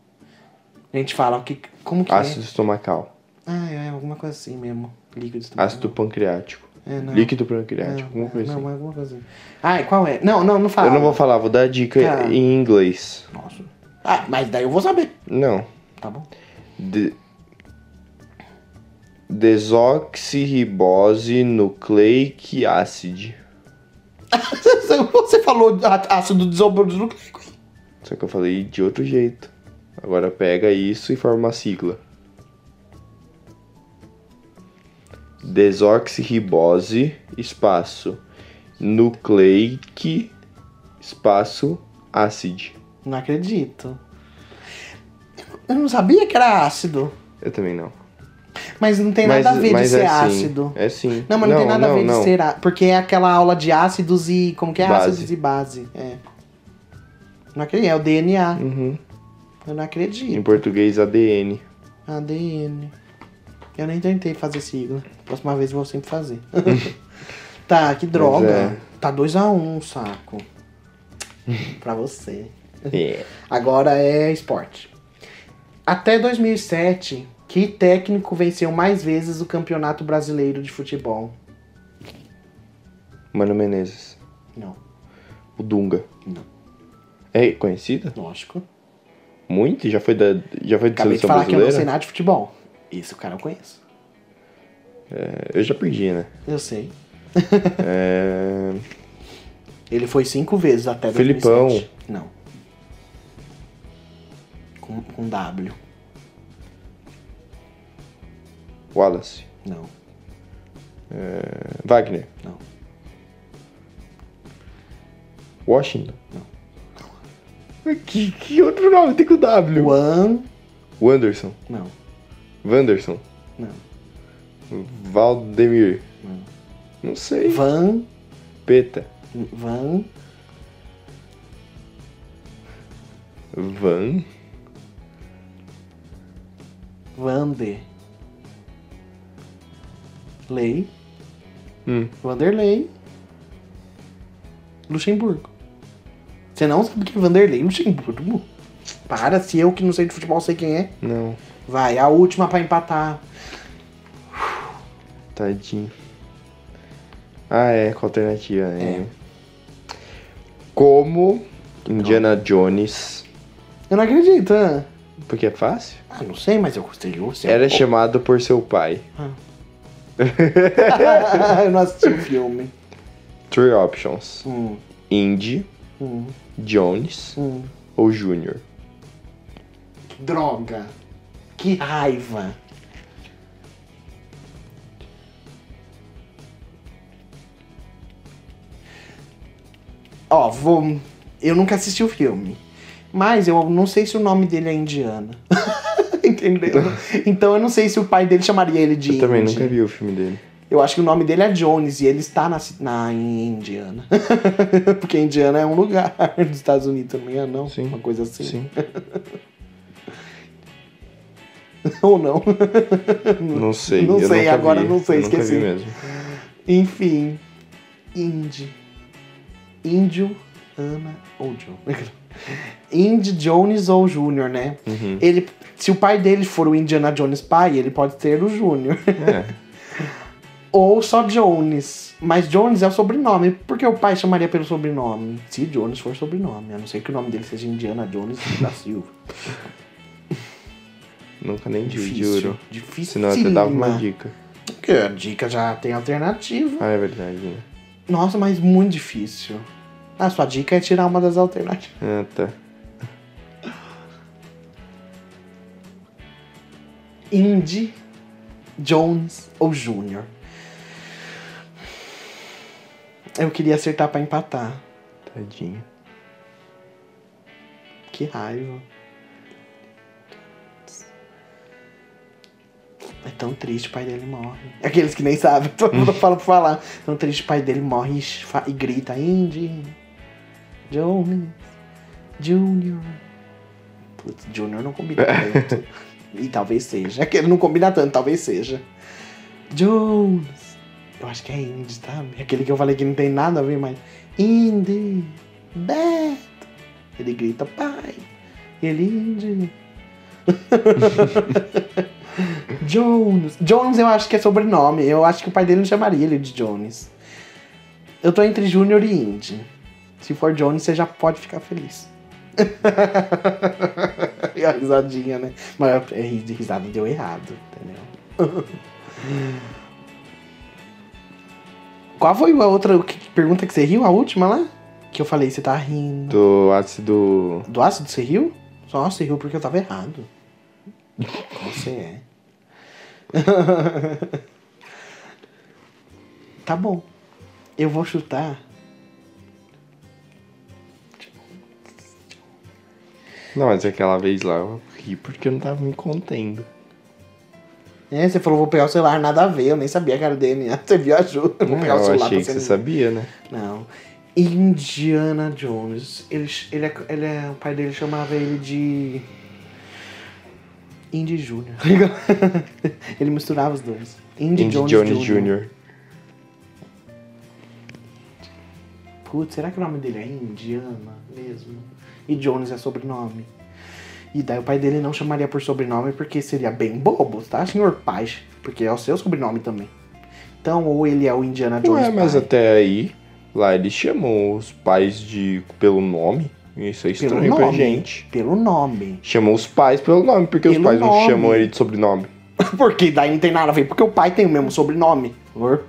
Speaker 2: A gente fala que. Como que
Speaker 1: Ácido
Speaker 2: é?
Speaker 1: estomacal.
Speaker 2: Ah, é alguma coisa assim mesmo. Líquido estomacal.
Speaker 1: Ácido pancreatico.
Speaker 2: É, não.
Speaker 1: Líquido
Speaker 2: Não,
Speaker 1: pancreático. alguma
Speaker 2: é,
Speaker 1: coisa
Speaker 2: não,
Speaker 1: assim.
Speaker 2: mas alguma coisa assim. Ah, e qual é? Não, não, não fala.
Speaker 1: Eu não vou falar, vou dar a dica
Speaker 2: Tá.
Speaker 1: em inglês.
Speaker 2: Nossa. Ah, mas daí eu vou saber.
Speaker 1: Não.
Speaker 2: Tá bom. (laughs)
Speaker 1: De... Desoxirribose nucleic acid.
Speaker 2: Você falou á- ácido desogronucleico.
Speaker 1: Só que eu falei de outro jeito. Agora pega isso e forma uma sigla. Desoxirribose, espaço, nucleic, espaço, acid.
Speaker 2: Não acredito. Eu não sabia que era ácido.
Speaker 1: Eu também não.
Speaker 2: Mas não tem nada a ver de ser ácido.
Speaker 1: É sim.
Speaker 2: Não, mas não, tem nada a ver
Speaker 1: não.
Speaker 2: de ser ácido. Porque é aquela aula de ácidos e. Como que é?
Speaker 1: Base.
Speaker 2: Ácidos e base. É. Não acredito. É o DNA.
Speaker 1: Uhum.
Speaker 2: Eu não
Speaker 1: Em
Speaker 2: acredito.
Speaker 1: português, ADN.
Speaker 2: ADN. Eu nem tentei fazer sigla. Próxima vez eu vou
Speaker 1: (laughs)
Speaker 2: sempre fazer. tá, que droga.
Speaker 1: é.
Speaker 2: Tá 2x1, um,
Speaker 1: (laughs)
Speaker 2: saco. pra você.
Speaker 1: É.
Speaker 2: Agora é esporte. Até 2007, que técnico venceu mais vezes o Campeonato Brasileiro de Futebol?
Speaker 1: Mano Menezes.
Speaker 2: Não,
Speaker 1: O Dunga.
Speaker 2: não.
Speaker 1: É conhecida?
Speaker 2: Lógico.
Speaker 1: Muito? Já foi da, já foi da
Speaker 2: Acabei de
Speaker 1: seleção
Speaker 2: falar que eu não
Speaker 1: brasileira?
Speaker 2: sei nada de futebol. Esse cara eu conheço.
Speaker 1: eu já perdi, né?
Speaker 2: Eu sei.
Speaker 1: É...
Speaker 2: (laughs) Ele foi cinco vezes até
Speaker 1: Felipão.
Speaker 2: 2007. Não. Com, com W.
Speaker 1: Wallace.
Speaker 2: Não,
Speaker 1: Wagner.
Speaker 2: não.
Speaker 1: Washington.
Speaker 2: Não.
Speaker 1: Que, que outro nome tem com W?
Speaker 2: Juan.
Speaker 1: Wanderson.
Speaker 2: Não,
Speaker 1: Wanderson.
Speaker 2: não.
Speaker 1: Valdemir.
Speaker 2: Não.
Speaker 1: Não sei.
Speaker 2: Van.
Speaker 1: Peta.
Speaker 2: Van.
Speaker 1: Van.
Speaker 2: Vander. Lei.
Speaker 1: Hum.
Speaker 2: Vanderlei. Luxemburgo. Você não sabe quem é Vanderlei Luxemburgo? Para, se eu que não sei de futebol sei quem é.
Speaker 1: Não.
Speaker 2: Vai, a última pra empatar.
Speaker 1: Tadinho. Ah, é. Com alternativa, né?
Speaker 2: É.
Speaker 1: Como
Speaker 2: Então.
Speaker 1: Indiana Jones.
Speaker 2: Eu não acredito, hã?
Speaker 1: Porque é fácil?
Speaker 2: Ah, não sei, mas eu gostei de você. (laughs)
Speaker 1: Era chamado por seu pai.
Speaker 2: eu não assisti o filme.
Speaker 1: Three options.
Speaker 2: Hum,
Speaker 1: Indy,
Speaker 2: hum,
Speaker 1: Jones
Speaker 2: hum.
Speaker 1: ou Júnior.
Speaker 2: Droga. Que raiva. Ó, vou. Eu nunca assisti o filme. Mas eu não sei se o nome dele é Indiana. (laughs)
Speaker 1: (laughs)
Speaker 2: Entendeu? Então eu não sei se o pai dele chamaria ele de
Speaker 1: Eu também
Speaker 2: Indy.
Speaker 1: nunca vi o filme dele.
Speaker 2: Eu acho que o nome dele é Jones e ele está na, ci- na em Indiana. (laughs) Porque Indiana é um lugar (laughs) dos Estados Unidos, se eu não me engano, não?
Speaker 1: Sim.
Speaker 2: Uma coisa assim.
Speaker 1: Sim.
Speaker 2: (laughs) Ou não.
Speaker 1: Não sei.
Speaker 2: Não
Speaker 1: eu
Speaker 2: sei,
Speaker 1: nunca
Speaker 2: agora
Speaker 1: vi.
Speaker 2: não sei,
Speaker 1: eu nunca
Speaker 2: esqueci.
Speaker 1: Vi mesmo.
Speaker 2: Enfim. Indy. Índio, Ana ou John. (laughs) Indy Jones ou Júnior, né?
Speaker 1: Uhum.
Speaker 2: Ele, se o pai dele for o Indiana Jones pai, ele pode ser o Júnior.
Speaker 1: É.
Speaker 2: (laughs) Ou só Jones. Mas Jones é o sobrenome. Por que o pai chamaria pelo sobrenome? Se Jones for sobrenome. A não ser que o nome dele seja Indiana Jones da Silva.
Speaker 1: Nunca nem vi,
Speaker 2: Difícil.
Speaker 1: juro.
Speaker 2: Difícil.
Speaker 1: Senão eu até dava uma dica.
Speaker 2: Porque a dica já tem alternativa.
Speaker 1: Ah, é verdade, né?
Speaker 2: Nossa, mas muito difícil. A sua dica é tirar uma das alternativas.
Speaker 1: Ah, tá.
Speaker 2: Indy, Jones ou Júnior. Eu queria acertar pra empatar.
Speaker 1: Tadinho.
Speaker 2: Que raiva. É tão triste, o pai dele morre. É Aqueles que nem sabem, todo mundo fala pra falar. Tão triste, o pai dele morre e, fa- e grita: Indy, Jones, Junior. Putz, Junior não combina tanto. e talvez seja. É que ele não combina tanto, talvez seja. Jones. Eu acho que é Indy, tá? Aquele que eu falei que não tem nada a ver, mas. Indy, Beth. Ele grita, pai! E ele Indy. (laughs) Jones. Jones eu acho que é sobrenome. Eu acho que o pai dele não chamaria ele de Jones. Eu tô entre Júnior e Indy. Se for Jones, você já pode ficar feliz. (laughs) e a risadinha, né? Mas a ri- risada deu errado, entendeu? (laughs) Qual foi a outra que- pergunta que você riu? A última lá? Que eu falei, você tá rindo.
Speaker 1: Do ácido.
Speaker 2: Do ácido você riu? Só você riu porque eu tava errado. Você é. (laughs) tá bom. Eu vou chutar.
Speaker 1: Não, mas aquela vez lá eu ri porque eu não tava me contendo.
Speaker 2: É, você falou, vou pegar o celular, nada a ver, eu nem sabia que era DNA. Você viu a (laughs) ajuda, vou
Speaker 1: Não,
Speaker 2: pegar o
Speaker 1: Ah, eu
Speaker 2: celular tá
Speaker 1: achei que
Speaker 2: pra
Speaker 1: você
Speaker 2: você.
Speaker 1: sabia, né?
Speaker 2: Não. Indiana Jones. Ele, ele, é, ele é- O pai dele chamava ele de. Indy Júnior. (laughs) ele misturava os dois. Indy,
Speaker 1: Indy
Speaker 2: Jones,
Speaker 1: Jones
Speaker 2: Jr.
Speaker 1: Jr.
Speaker 2: Putz, será que o nome dele é Indiana mesmo? E Jones é sobrenome. E daí o pai dele não chamaria por sobrenome porque seria bem bobo, tá, senhor pai? Porque é o seu sobrenome também. Então, ou ele é o Indiana
Speaker 1: Não
Speaker 2: Jones.
Speaker 1: é, mas
Speaker 2: pai.
Speaker 1: até aí, lá eles chamam os pais de pelo nome. Isso é
Speaker 2: Pelo
Speaker 1: estranho pra
Speaker 2: nome.
Speaker 1: gente.
Speaker 2: Pelo nome.
Speaker 1: Chamam os pais pelo nome, porque os
Speaker 2: Pelo
Speaker 1: pais não
Speaker 2: nome.
Speaker 1: chamam ele de
Speaker 2: (laughs)
Speaker 1: sobrenome.
Speaker 2: Porque daí não tem nada a ver, porque o pai tem o mesmo sobrenome, por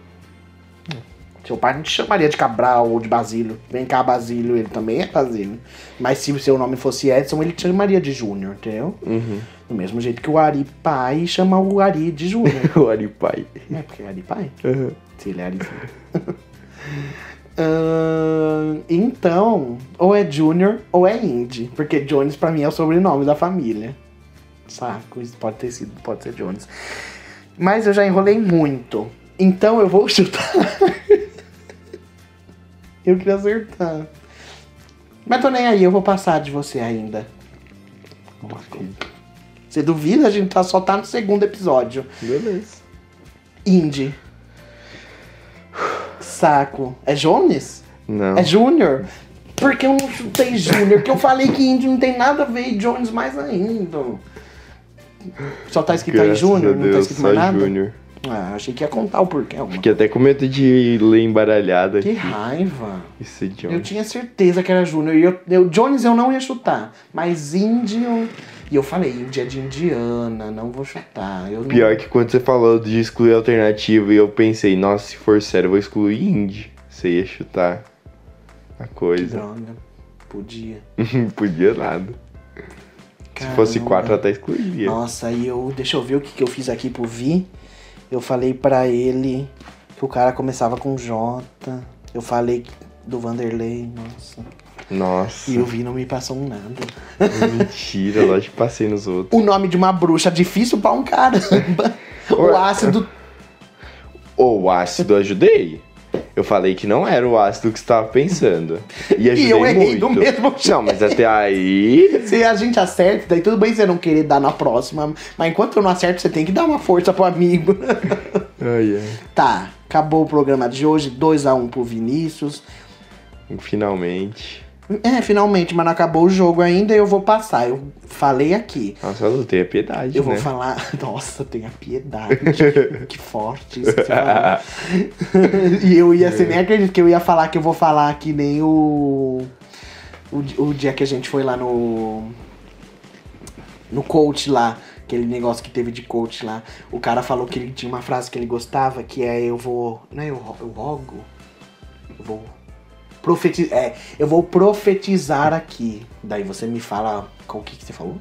Speaker 2: Seu pai não te chamaria de Cabral ou de Basílio. Vem cá, Basílio, ele também é Basílio. Mas se o seu nome fosse Edson, ele te chamaria de Júnior, entendeu?
Speaker 1: Uhum.
Speaker 2: Do mesmo jeito que o Ari pai chama o Ari de Júnior.
Speaker 1: O Ari pai.
Speaker 2: é (laughs) porque é Ari pai.
Speaker 1: Uhum.
Speaker 2: Se ele é Ari filho. Ahn, então, ou é Júnior ou é Indy. Porque Jones pra mim é o sobrenome da família. Saco, isso pode ter sido, pode ser Jones. Mas eu já enrolei muito. Então eu vou (laughs) chutar. eu queria acertar. Mas tô nem aí, eu vou passar de você ainda. Você duvida? A gente tá, só tá no segundo episódio.
Speaker 1: Beleza.
Speaker 2: Indy. Saco. É Jones?
Speaker 1: Não.
Speaker 2: É Júnior? Porque eu não chutei Júnior, que eu falei que Indy não tem nada a ver e Jones mais ainda. Só tá escrito aí
Speaker 1: Graças
Speaker 2: Júnior,
Speaker 1: a
Speaker 2: não tá
Speaker 1: Deus,
Speaker 2: escrito mais
Speaker 1: só
Speaker 2: nada?
Speaker 1: Júnior.
Speaker 2: Ah, achei que ia contar o porquê. alguma-
Speaker 1: Fiquei até com medo de ler embaralhado
Speaker 2: Que
Speaker 1: aqui.
Speaker 2: raiva.
Speaker 1: Isso é John.
Speaker 2: Eu tinha certeza que era Júnior. E eu, eu- Jones eu não ia chutar. Mas Indy eu. E eu falei, Indy é de Indiana, não vou chutar. Eu não-
Speaker 1: Pior que quando você falou de excluir alternativa e eu pensei, nossa, se for sério, eu vou excluir indie. Você ia chutar a coisa. (laughs)
Speaker 2: Droga. Podia.
Speaker 1: Não podia nada. Se fosse
Speaker 2: Caramba.
Speaker 1: quatro, eu até excluiria.
Speaker 2: Nossa, e eu. Deixa eu ver o que, que eu fiz aqui pro Vi. Eu falei pra ele que o cara começava com J. Eu falei que- do Vanderlei, nossa.
Speaker 1: Nossa.
Speaker 2: E o Vi não me passou um nada.
Speaker 1: (laughs) Mentira, lógico que passei nos outros.
Speaker 2: O nome de uma bruxa difícil pra um
Speaker 1: (laughs)
Speaker 2: caramba. O ácido.
Speaker 1: Ou o ácido ajudei. Eu falei que não era o ácido que você tava pensando.
Speaker 2: (laughs)
Speaker 1: E ajudei
Speaker 2: eu errei
Speaker 1: muito.
Speaker 2: do mesmo jeito.
Speaker 1: Não, mas até aí.
Speaker 2: Se a gente acerta, daí tudo bem você não querer dar na próxima. Mas enquanto eu não acerto, você tem que dar uma força pro amigo. (laughs)
Speaker 1: Ai, ai.
Speaker 2: Tá, acabou o programa de hoje. 2x1 pro Vinícius.
Speaker 1: Finalmente.
Speaker 2: É, finalmente, mas não acabou o jogo ainda e eu vou passar. Eu falei aqui.
Speaker 1: Nossa, eu lutei a piedade.
Speaker 2: Eu vou
Speaker 1: né?
Speaker 2: falar. (laughs) Nossa, tenha piedade.
Speaker 1: (laughs)
Speaker 2: (laughs) que forte isso. que você falou. (laughs) e eu ia ser nem acredito que eu ia falar que eu vou falar que nem o. O, di- o dia que a gente foi lá no. No coach lá. Aquele negócio que teve de coach lá. O cara falou que ele tinha uma frase que ele gostava, que é eu vou. Não é eu, ro- eu rogo? Eu vou. Profeti é, eu vou profetizar aqui. Daí você me fala. Qual que, que você falou?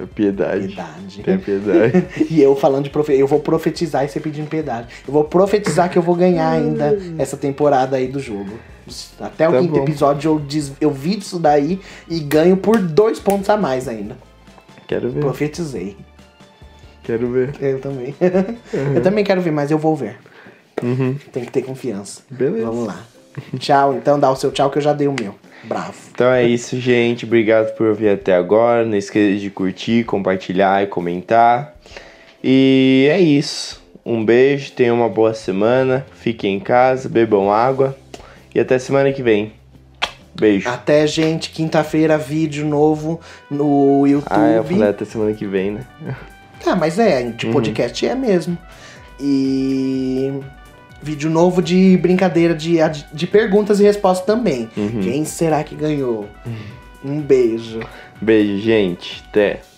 Speaker 1: É piedade.
Speaker 2: Piedade.
Speaker 1: Tem a piedade.
Speaker 2: E eu falando de profe... eu vou profetizar e você pedindo piedade. Eu vou profetizar que eu vou ganhar ainda essa temporada aí do jogo. Até o
Speaker 1: Tá
Speaker 2: quinto
Speaker 1: bom.
Speaker 2: episódio eu, des... eu vi disso daí e ganho por dois pontos a mais ainda.
Speaker 1: Quero ver.
Speaker 2: Profetizei.
Speaker 1: Quero ver.
Speaker 2: Eu também. (laughs) Eu também quero ver, mas eu vou ver.
Speaker 1: Uhum.
Speaker 2: Tem que ter confiança.
Speaker 1: Beleza.
Speaker 2: Vamos lá. Tchau, então dá o seu tchau que eu já dei o meu. Bravo.
Speaker 1: Então é isso, gente. Obrigado por ouvir até agora. Não esqueça de curtir, compartilhar e comentar. E é isso. Um beijo, tenham uma boa semana. Fiquem em casa, bebam água. E até semana que vem. Beijo.
Speaker 2: Até, gente. Quinta-feira, vídeo novo no YouTube.
Speaker 1: Ah, eu falei até semana que vem, né?
Speaker 2: Ah, mas é, de podcast é mesmo. E vídeo novo de brincadeira de, ad- de perguntas e respostas também. Quem será que ganhou? Um beijo.
Speaker 1: Beijo, gente. Até.